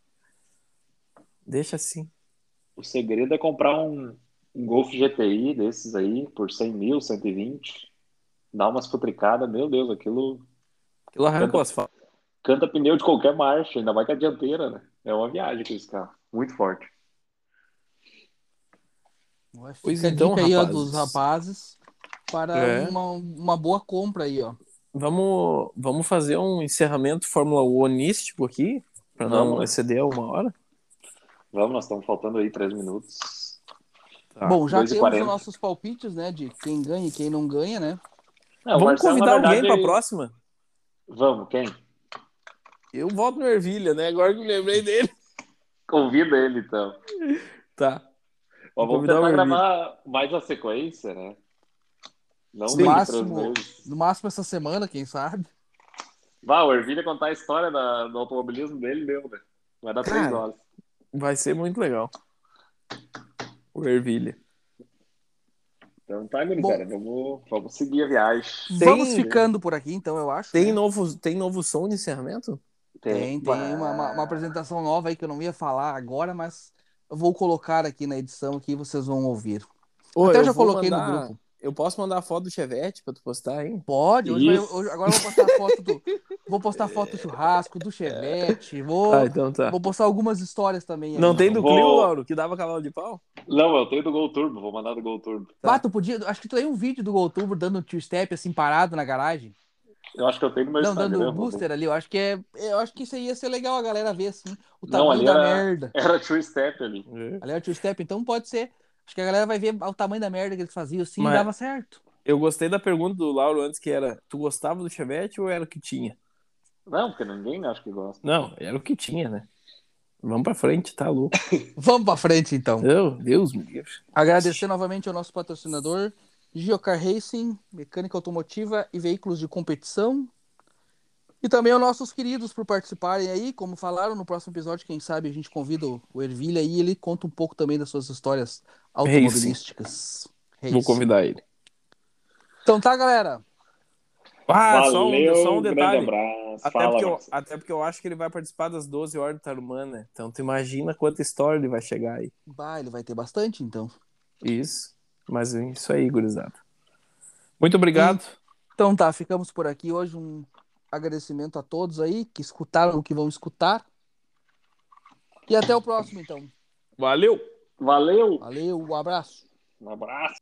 [SPEAKER 3] Deixa assim.
[SPEAKER 2] O segredo é comprar um, um Golf GTI desses aí, por 100 mil, 120. Dá umas putricadas, meu Deus, aquilo
[SPEAKER 3] Aquilo arranca o asfalto.
[SPEAKER 2] canta pneu de qualquer marcha, ainda mais que a dianteira, né? É uma viagem com esse carro, muito forte.
[SPEAKER 1] Ué, Fica
[SPEAKER 3] Pois
[SPEAKER 1] a
[SPEAKER 3] então,
[SPEAKER 1] dica aí, ó,
[SPEAKER 3] rapazes.
[SPEAKER 1] dos rapazes para
[SPEAKER 3] É.
[SPEAKER 1] uma, uma boa compra aí, ó.
[SPEAKER 3] Vamos, vamos fazer um encerramento Fórmula um Onístico aqui, pra não
[SPEAKER 2] Vamos.
[SPEAKER 3] exceder uma hora.
[SPEAKER 2] Vamos, nós estamos faltando aí 3 minutos. Tá,
[SPEAKER 1] Bom, já
[SPEAKER 2] 2 e
[SPEAKER 1] temos
[SPEAKER 2] 40.
[SPEAKER 1] os nossos palpites, né? De quem ganha e quem não ganha, né?
[SPEAKER 2] É, o
[SPEAKER 3] vamos
[SPEAKER 2] Marcelo,
[SPEAKER 3] convidar
[SPEAKER 2] na verdade,
[SPEAKER 3] alguém pra próxima?
[SPEAKER 2] Vamos, quem?
[SPEAKER 3] Eu volto no Ervilha, né? Agora que eu lembrei dele.
[SPEAKER 2] Convida ele, então.
[SPEAKER 3] Tá.
[SPEAKER 2] Ó,
[SPEAKER 3] Vou
[SPEAKER 2] vamos
[SPEAKER 3] convidar
[SPEAKER 2] tentar
[SPEAKER 3] o Hermínio.
[SPEAKER 2] gravar mais a sequência, né? Não
[SPEAKER 1] Sim.
[SPEAKER 2] mais
[SPEAKER 1] Máximo.
[SPEAKER 2] três vezes.
[SPEAKER 1] No máximo essa semana, quem sabe?
[SPEAKER 2] Vá, o Ervilha contar a história da- do automobilismo dele, deu, né? Vai dar três
[SPEAKER 3] Cara.
[SPEAKER 2] horas.
[SPEAKER 3] Vai ser muito legal. O Ervilha.
[SPEAKER 2] Então tá, gurizada, vamos, vamos seguir a viagem.
[SPEAKER 1] Vamos ficando por aqui, então, eu acho.
[SPEAKER 3] né? Tem
[SPEAKER 2] É.
[SPEAKER 1] né?
[SPEAKER 3] novo, tem novo som de encerramento?
[SPEAKER 1] Tem, tem
[SPEAKER 3] é.
[SPEAKER 1] uma, uma- uma apresentação nova aí que eu não ia falar agora, mas eu vou colocar aqui na edição que vocês vão ouvir.
[SPEAKER 3] Ô,
[SPEAKER 1] Até eu
[SPEAKER 3] eu
[SPEAKER 1] já
[SPEAKER 3] vou
[SPEAKER 1] coloquei no
[SPEAKER 3] mandar-
[SPEAKER 1] grupo.
[SPEAKER 3] Eu posso mandar a foto do Chevette pra tu postar, hein?
[SPEAKER 1] Pode, hoje vai-
[SPEAKER 2] Isso.
[SPEAKER 1] hoje- agora eu vou postar foto do. Vou postar foto do churrasco, do Chevette, vou,
[SPEAKER 3] Ah, então tá.
[SPEAKER 1] vou postar algumas histórias também. aí.
[SPEAKER 3] Não tem do
[SPEAKER 2] Vou-
[SPEAKER 3] Clio, Lauro, que dava cavalo de pau?
[SPEAKER 2] Não, eu tenho do Gol Turbo, vou mandar do Gol Turbo.
[SPEAKER 1] Bah, Ah, tu podia. Acho que tu tem um vídeo do Goltubo dando two step assim parado na garagem.
[SPEAKER 2] Eu acho que eu tenho no tá, né, meu
[SPEAKER 1] Não,
[SPEAKER 2] Instagram.
[SPEAKER 1] dando um
[SPEAKER 2] vou-
[SPEAKER 1] booster ali. Eu acho que é. Eu acho que isso aí ia ser legal a galera ver assim. O
[SPEAKER 2] Não,
[SPEAKER 1] tamanho
[SPEAKER 2] ali
[SPEAKER 1] da
[SPEAKER 2] era-
[SPEAKER 1] merda.
[SPEAKER 2] Era True Step ali.
[SPEAKER 1] Ali é o two step, então pode ser. Acho que a galera vai ver o tamanho da merda que eles faziam assim
[SPEAKER 3] Mas-
[SPEAKER 1] e dava certo.
[SPEAKER 3] Eu gostei da pergunta do Lauro antes, que era: tu gostava do Chevette ou era o que tinha?
[SPEAKER 2] Não, porque ninguém acho que gosta.
[SPEAKER 3] Não, era o que tinha, né? Vamos pra frente, tá louco.
[SPEAKER 1] Vamos pra frente então.
[SPEAKER 3] Meu Deus, meu Deus.
[SPEAKER 1] Agradecer novamente ao nosso patrocinador, Geocar Racing, mecânica automotiva e veículos de competição. E também aos nossos queridos por participarem aí. Como falaram no próximo episódio, quem sabe a gente convida o Ervilha aí e ele conta um pouco também das suas histórias automobilísticas.
[SPEAKER 3] Vou
[SPEAKER 1] Racing.
[SPEAKER 3] convidar ele.
[SPEAKER 1] Então tá, galera.
[SPEAKER 3] Ah, só um,
[SPEAKER 2] Valeu,
[SPEAKER 3] só um
[SPEAKER 2] grande
[SPEAKER 3] detalhe.
[SPEAKER 2] abraço.
[SPEAKER 3] Até,
[SPEAKER 2] Fala,
[SPEAKER 3] porque eu,
[SPEAKER 2] Marcelo.
[SPEAKER 3] até porque eu acho que ele vai participar das 12 horas do Tarumã, né? Então tu imagina quanta história ele vai chegar aí.
[SPEAKER 1] Bah, ele vai ter bastante, então.
[SPEAKER 3] Isso. Mas é isso aí, gurizada. Muito obrigado.
[SPEAKER 1] Então tá, ficamos por aqui hoje. Um agradecimento a todos aí que escutaram o que vão escutar. E até o próximo, então.
[SPEAKER 3] Valeu!
[SPEAKER 2] Valeu!
[SPEAKER 1] Valeu, um abraço.
[SPEAKER 2] Um abraço!